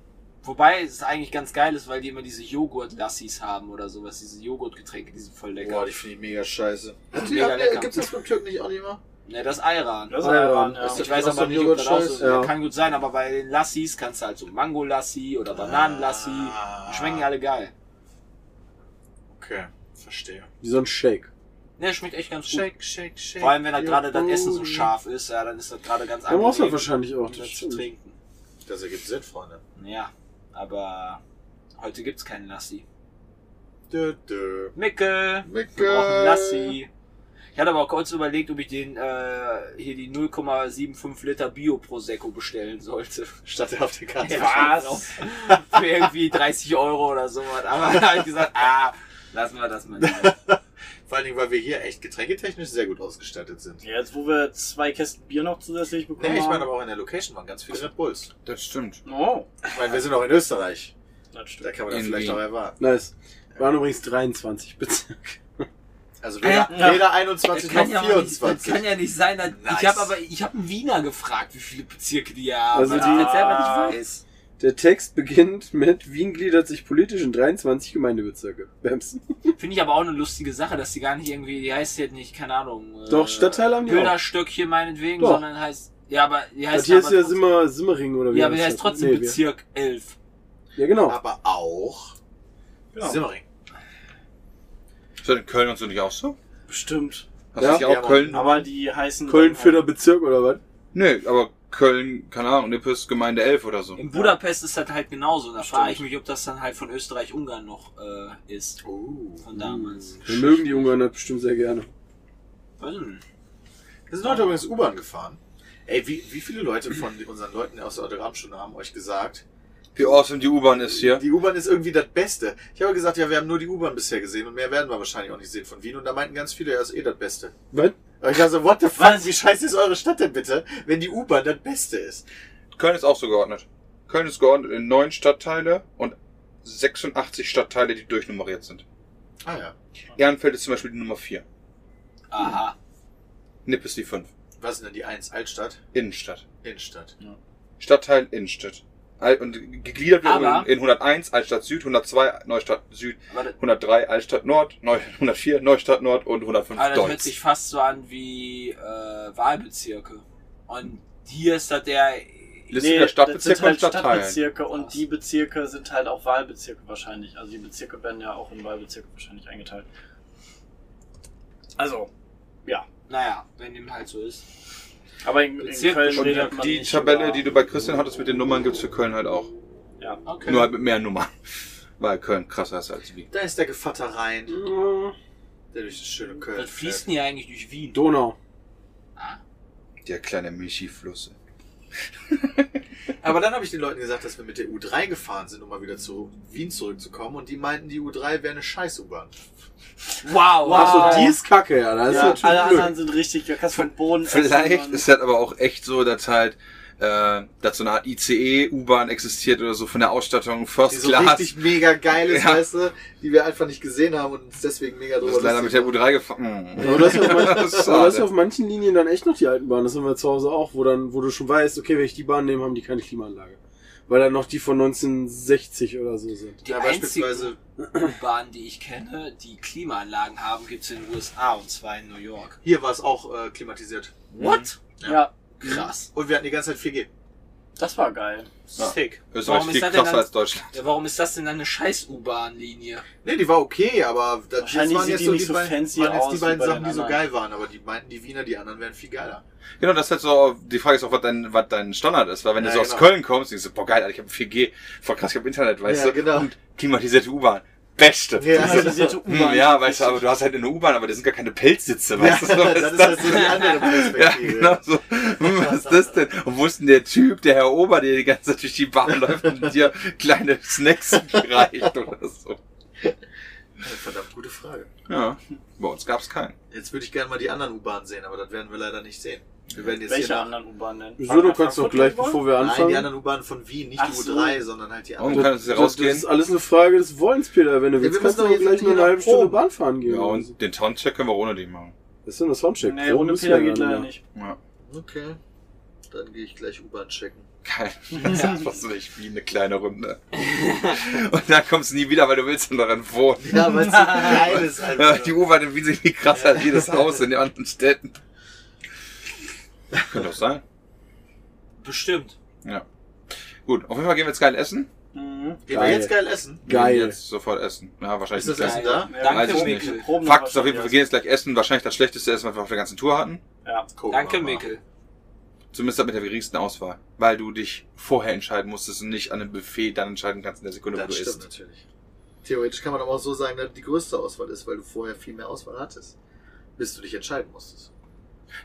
Wobei es eigentlich ganz geil ist, weil die immer diese Joghurt-Lassis haben oder sowas, diese Joghurtgetränke, die sind voll lecker. Boah, die finde ich mega scheiße. die- Mega lecker. Gibt's das beim Türken nicht auch nicht mal? Ne, das Ayran. Das ist Ja, Iran, ja. ja. Ich Ist weiß das so aber ein nicht, ob das auch Joghurt-Scheiß? so ja. Ja. kann gut sein, aber bei den Lassis kannst du halt so Mango-Lassi oder Bananen-Lassi. Ah. Die Schmecken ja alle geil. Okay, verstehe. Wie so ein Shake. Ne, schmeckt echt ganz gut. Shake, shake, shake. Vor allem, wenn das your gerade das booty. Essen so scharf ist, ja, dann ist das gerade ganz Da brauchst du das angenehm, wahrscheinlich auch. um Das Ah, das zu stimmt. trinken. Das ergibt Sinn, Freunde. Ja, aber heute gibt's keinen Lassi. Dö, dö. Micke! Micke. Wir brauchen Lassi. Ich hatte aber auch kurz überlegt, ob ich den äh, hier die 0,75 Liter Bio Prosecco bestellen sollte. [LAUGHS] Statt der auf der Karte. Was? Für irgendwie 30 Euro oder sowas. Aber da habe ich gesagt, ah, lassen wir das mal. [LAUGHS] lieber. Vor allen Dingen, weil wir hier echt getränketechnisch sehr gut ausgestattet sind. Ja, Jetzt, wo wir zwei Kästen Bier noch zusätzlich bekommen Nee, ich meine haben. aber auch in der Location waren ganz viele Red Bulls. Das stimmt. Oh, Ich meine, wir sind auch in Österreich. das stimmt. Da kann man das In vielleicht Wien. auch erwarten. Nice. Waren übrigens 23 Bezirke. Also weder, Äh, ja. weder Das 21 noch kann, ja auch nicht, das 24. kann ja nicht sein. Dass, Nice. Ich habe aber ich habe einen Wiener gefragt, wie viele Bezirke die ja haben. Also weil die- ich das selber nicht weiß. Der Text beginnt mit Wien gliedert sich politisch in 23 Gemeindebezirke. Bams. Finde ich aber auch eine lustige Sache, dass die gar nicht irgendwie, die heißt jetzt nicht, keine Ahnung. äh, Doch, Stadtteil haben die auch. Bilderstöckchen meinetwegen, Doch. sondern heißt, ja, aber die heißt Das hier ist aber ja trotzdem- Simmer, Simmering oder wie Ja, aber die das heißt trotzdem Nee, wie- Bezirk 11. Ja, genau. Aber auch Ja. Simmering. Ist das in Köln und so nicht auch so? Bestimmt. Hast Ja. du nicht auch Ja, Köln? Aber die heißen. Köln für vierter Bezirk oder was? Nee, aber Köln, keine Ahnung, Nippes, Gemeinde 11 oder so. In Budapest ist das halt genauso. Da frage ich mich, ob das dann halt von Österreich-Ungarn noch äh, ist. Oh. Von damals. Wir mögen die Ungarn das bestimmt sehr gerne. Weiß ich nicht. Wir sind heute übrigens U-Bahn gefahren. Ey, wie, wie viele Leute von unseren Leuten aus der Autogrammstunde haben euch gesagt, Wie awesome die U-Bahn ist hier. die U-Bahn ist irgendwie das Beste? Ich habe gesagt, ja, wir haben nur die U-Bahn bisher gesehen und mehr werden wir wahrscheinlich auch nicht sehen von Wien. Und da meinten ganz viele, ja, ist eh das Beste. Was? Und ich dachte so, what the fuck, Was? wie scheiße ist eure Stadt denn bitte, wenn die U-Bahn das Beste ist? Köln ist auch so geordnet. Köln ist geordnet in neun Stadtteile und 86 Stadtteile, die durchnummeriert sind. Ah ja. Ehrenfeld ist zum Beispiel die Nummer 4. Aha. Nipp ist die 5. Was sind denn die 1? Altstadt? Innenstadt. Innenstadt. Stadtteil Innenstadt. Al- Und gegliedert wird Aber- in, in 101 Altstadt Süd, 102 Neustadt Süd, Aber das, 103 Altstadt Nord, Neu [LAUGHS] 104 Neustadt Nord und 105 Ah, aber das hört Deutz. sich fast so an wie äh, Wahlbezirke. Und hier ist das der. Liste der das Stadtbezirke sind halt und Stadtteile. Stadtbezirke und die Bezirke sind halt auch Wahlbezirke wahrscheinlich. Also die Bezirke werden ja auch in Wahlbezirke wahrscheinlich eingeteilt. Also, ja. Naja, wenn dem halt so ist. Aber in, in Bezirk- Köln und redet Und man die nicht Tabelle, über- die du bei Christian hattest mit den Nummern, gibt's für Köln halt auch. Ja. Okay. Nur halt mit mehr Nummern. [LAUGHS] Weil Köln krasser ist als Wien. Da ist der Gevatter Rhein, der durch das schöne Äh, Köln Was fließt denn hier eigentlich durch Wien? Donau. Der kleine Milchifluss. Aber dann habe ich den Leuten gesagt, dass wir mit der U3 gefahren sind, um mal wieder zu Wien zurückzukommen. Und die meinten, die U3 wäre eine scheiß U-Bahn. Wow. Achso, die ist kacke, ja. Da ist Ja, natürlich Also, Alle blöd. anderen sind richtig, du kannst vom Boden essen Vielleicht und- ist das aber auch echt so, dass halt, äh, dass so eine Art ICE, U-Bahn existiert oder so von der Ausstattung Die First so Class. richtig mega geil ist, Ja. weißt du, die wir einfach nicht gesehen haben und uns deswegen mega das drüber ist leider mit der lustig U3 gefahren. Hm. Aber das [LAUGHS] ist auf manchen- Das ist Aber das ist schade. auf manchen Linien dann echt noch die alten Bahnen. Das haben wir zu Hause auch, wo dann, wo du schon weißt, okay, wenn ich die Bahn nehme, haben die keine Klimaanlage. Weil dann noch die von 1960 oder so sind. Die Ja, einzige beispielsweise- U-Bahn, die ich kenne, die Klimaanlagen haben, gibt's in den USA und zwar in New York. Hier war es auch äh, klimatisiert. Hm. What? Ja. Ja, Krass. Und wir hatten die ganze Zeit 4G. das war geil. Sick. Österreich Warum ist, ist viel das denn krasser dann, als Deutschland. ja, warum ist das denn dann eine scheiß U-Bahn-Linie? Nee, die war okay, aber das das Wahrscheinlich sieht die nicht so beiden- fancy waren jetzt aus die wie beiden bei Sachen, den die so anderen. geil waren. Aber die meinten die Wiener, die anderen wären viel geiler. Genau, das ist halt so, die Frage ist auch, was dein, was dein Standard ist, weil wenn du Ja, so aus genau. Köln kommst, denkst du, boah geil, Alter, ich habe 4G, voll krass, ich habe Internet, weißt Ja, du, genau. und klimatisierte U-Bahn, beste. Ja. Klimatisierte Hm, U-Bahn. ja, weißt du, aber du hast halt eine U-Bahn, aber da sind gar keine Pelzsitze, weißt ja, du, was das ist halt so die andere [LAUGHS] ja, Perspektive. genau so. Hm, Was ist das denn? Und wo ist denn der Typ, der Herr Ober, der die ganze Zeit durch die Bahn [LAUGHS] läuft und dir kleine Snacks reicht oder so? Verdammt gute Frage. Ja, bei uns gab's keinen. Jetzt würde ich gerne mal die anderen U-Bahnen sehen, aber das werden wir leider nicht sehen. Wir werden jetzt Welche hier anderen U-Bahnen denn? Wieso, du kannst doch gleich, bevor wir Nein, anfangen. die anderen U-Bahnen von Wien, nicht Ach die so. U3, sondern halt die Warum anderen. kann es hier das, das rausgehen? ist alles eine Frage des Wollens, Peter. Wenn du Ja, willst, wir kannst du müssen aber doch jetzt gleich nur eine nach halbe Stunde Proben. Bahn fahren gehen. Ja, und den Soundcheck können wir ohne den machen. das ist denn das Soundcheck? Nee, Proben ohne müssen Peter wir geht gar leider nicht. nicht. Ja, Okay. Dann gehe ich gleich U-Bahn checken. [LAUGHS] [LAUGHS] geil. Das machst du nicht wie eine kleine Runde. Und dann kommst du nie wieder, weil du willst dann daran wohnen. Ja, weil es so geil ist Ja, einfach. die U-Bahn in Wien sind die krasser als halt jedes Haus in den anderen [LAUGHS] Städten. Könnte doch sein. Bestimmt. Ja. Gut, auf jeden Fall gehen wir jetzt geil essen. Mhm. Gehen wir Geil. jetzt geil essen? Wir Geil. gehen Jetzt sofort essen. Ja, wahrscheinlich Ist das nicht essen. Essen da? Ja, Danke, wir Weiß ich proben- Mikkel. wir proben Fakt noch ist auf jeden Fall, wir was gehen jetzt gleich essen. Wahrscheinlich das schlechteste Essen, was wir auf der ganzen Tour hatten. Ja. Gucken Danke, wir mal. Mikkel. Zumindest mit der geringsten Auswahl. Weil du dich vorher entscheiden musstest und nicht an einem Buffet dann entscheiden kannst in der Sekunde, wo Das du stimmt isst. natürlich. Theoretisch kann man aber auch so sagen, dass es die größte Auswahl ist, weil du vorher viel mehr Auswahl hattest, bis du dich entscheiden musstest.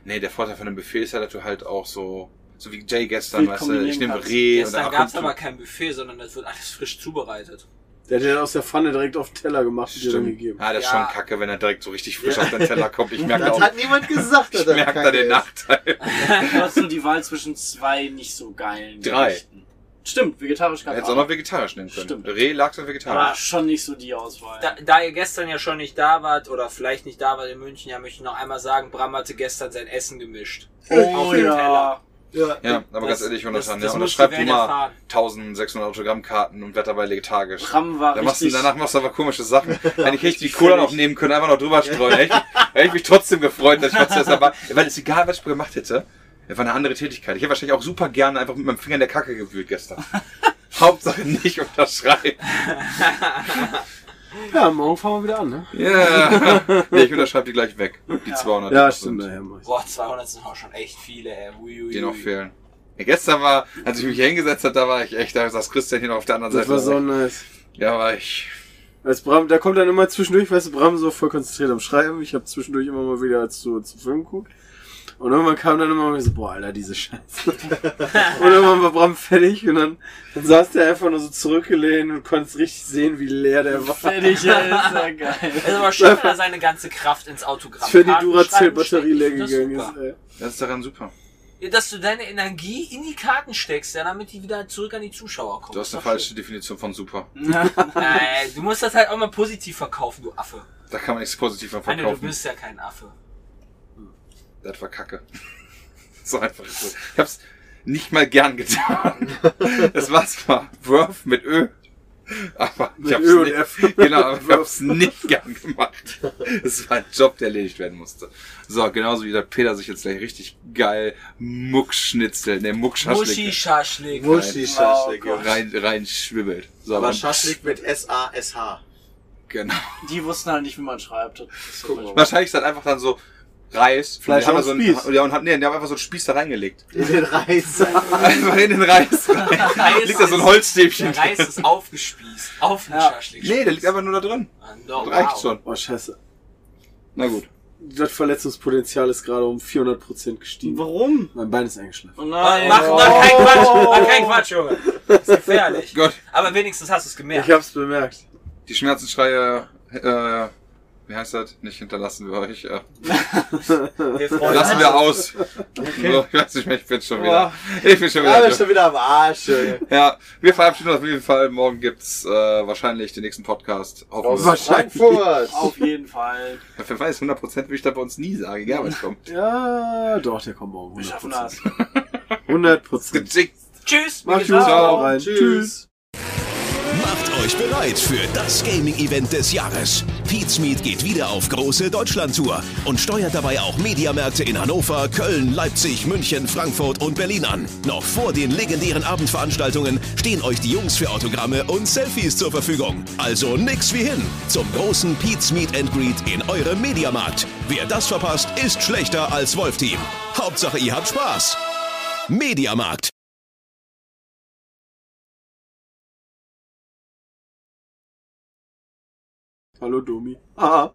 Nee, der Vorteil von einem Buffet ist ja, dass du halt auch so, so wie Jay gestern, Wild weißt du, kombinieren ich nehme kannst. Reh und Gestern dann gab's kommst du- aber kein Buffet, sondern das wird alles frisch zubereitet. Der hat ja aus der Pfanne direkt auf den Teller gemacht und dir dann Stimmt. gegeben. Ah, das ist Ja. schon kacke, wenn er direkt so richtig frisch auf den Teller kommt. Ich merke Das auch, hat niemand Genau. ich gesagt, dass das merke da Kacke den ist. Nachteil. [LAUGHS] Du hast nur die Wahl zwischen zwei nicht so geilen Drei. Gerichten. Stimmt, vegetarisch Er kann hätte auch noch vegetarisch nehmen können. Stimmt. Reh, Lachs und Aber vegetarisch. schon nicht so die Auswahl. Da, da ihr gestern ja schon nicht da wart oder vielleicht nicht da wart in München, ja, möchte ich noch einmal sagen, Bram hatte gestern sein Essen gemischt. oh den ja. Teller. Ja. Ja, aber Das- ganz ehrlich, Jonathan, das- ja, das muss die unterschreib du Welt mal erfahren. 1600 Autogrammkarten und werd dabei vegetarisch. Bram war Dann machst du, richtig. danach machst du aber [LAUGHS] komische Sachen. Eigentlich hätte ich die Cola noch nehmen können, einfach noch drüber streuen. Hätte ich- hätte ich mich trotzdem gefreut, dass ich trotzdem [LAUGHS] das dabei. Weil es egal, was ich gemacht hätte. Es war eine andere Tätigkeit. Ich hätte wahrscheinlich auch super gerne einfach mit meinem Finger in der Kacke gewühlt [LAUGHS] gestern. Hauptsache nicht unterschreiben. Ja, morgen fahren wir wieder an, ne? Ja. [LAUGHS] Nee, ich unterschreibe die gleich weg. Die 200. die Ja, noch stimmt. sind, Naja, mach ich. Boah, 200 sind auch schon echt viele, ey. Uiuiui. Die noch fehlen. Ja, gestern war, als ich mich hier hingesetzt habe, da war ich echt, da saß Christian hier noch auf der anderen Das Seite. war so nice. ja, war ich. Als Bram, da kommt dann immer zwischendurch, weißt du, Bram so voll konzentriert am Schreiben. Ich habe zwischendurch immer mal wieder zu, zu Film geguckt. Und irgendwann kam dann immer so, boah, Alter, diese Scheiße. und irgendwann war Bram fertig und dann, dann saß der einfach nur so zurückgelehnt und konntest richtig sehen, wie leer der war. Fertig, ja, ist [LAUGHS] ja geil. Es ist aber schön, dass [LAUGHS] er seine ganze Kraft ins Autogramm Als wenn die Karten schreiben Duracell-Batterie steckt. leer Das gegangen ist, super. ey. Das ist daran super. Ja, dass du deine Energie in die Karten steckst, ja, damit die wieder zurück an die Zuschauer kommt. Du hast Ist eine doch falsche Definition von super. schön. Nein, du musst das halt auch mal positiv verkaufen, du Affe. Da kann man nichts positiv an Anne, du verkaufen. bist ja kein Affe. Das war kacke. [LAUGHS] so einfach ist es. Ich hab's nicht mal [LAUGHS] gern getan. Das war zwar Wurf mit Ö. Aber ich Mit hab's Ö und nicht, F. [LAUGHS] Genau, aber [LAUGHS] ich hab's nicht gern gemacht. Es war ein Job, der erledigt werden musste. So, genauso wie der Peter sich jetzt gleich richtig geil Muckschnitzel, ne, Muschi Muckschaschlik Schaschlik. Muschi-Schaschlik. Wow, Gott. rein, rein schwibbelt. So, aber dann- Schaschlik mit S-A-S-H. Genau. Die wussten halt nicht, wie man schreibt. Das ist so Gucken wir manchmal- mal. Wahrscheinlich ist das einfach dann so Reis. Fleisch Die haben auf so Spieß. Einen, ja, und haben, nee, die haben einfach so einen Spieß da reingelegt. In den Reis. [LAUGHS] Einfach in den Reis. rein. [LAUGHS] Reis liegt da so ein ist- Holzstäbchen Der Reis drin. ist aufgespießt. Auf den Ja. Schaschlik. Nee, der liegt einfach nur da drin. Ah, no, Reicht wow. schon. Oh, scheiße. Na gut. das Verletzungspotenzial ist gerade um 400% gestiegen. Warum? Mein Bein ist eingeschlafen. Oh Mann, nein. mach mach keinen Quatsch, mach keinen Quatsch, Junge. [LAUGHS] Das ist gefährlich. Gott. Aber wenigstens hast du es gemerkt. Ich hab's bemerkt. Die Schmerzensschreie, äh, wie heißt das? Nicht hinterlassen wir euch. Äh, Wir Oh, freuen lassen uns. wir aus. So, Ich weiß nicht mehr, ich bin schon wieder. Boah. Ich bin schon Oh. Ja, wieder. bin schon wieder am Arsch. ey. Ja, wir verabschieden uns auf jeden Fall. Morgen gibt's äh, wahrscheinlich den nächsten Podcast. Hoffen wir. Frankfurt. Auf jeden Fall. Wer weiß, 100% will ich da bei uns nie sagen, egal was kommt. Ja, doch, der kommt morgen. Wir schaffen 100%. das. 100%. Geschickt. Tschüss. wie Macht's gut. gesagt. Ciao. Rein. Tschüss. Tschüss. Macht euch bereit für das Gaming-Event des Jahres. Pete's Meet geht wieder auf große Deutschlandtour und steuert dabei auch Mediamärkte in Hannover, Köln, Leipzig, München, Frankfurt und Berlin an. Noch vor den legendären Abendveranstaltungen stehen euch die Jungs für Autogramme und Selfies zur Verfügung. Also nix wie hin zum großen Pete's Meet and Greet in eurem Mediamarkt. Wer das verpasst, ist schlechter als Wolf-Team. Hauptsache, ihr habt Spaß. Mediamarkt. Hallo, Domi. Ah.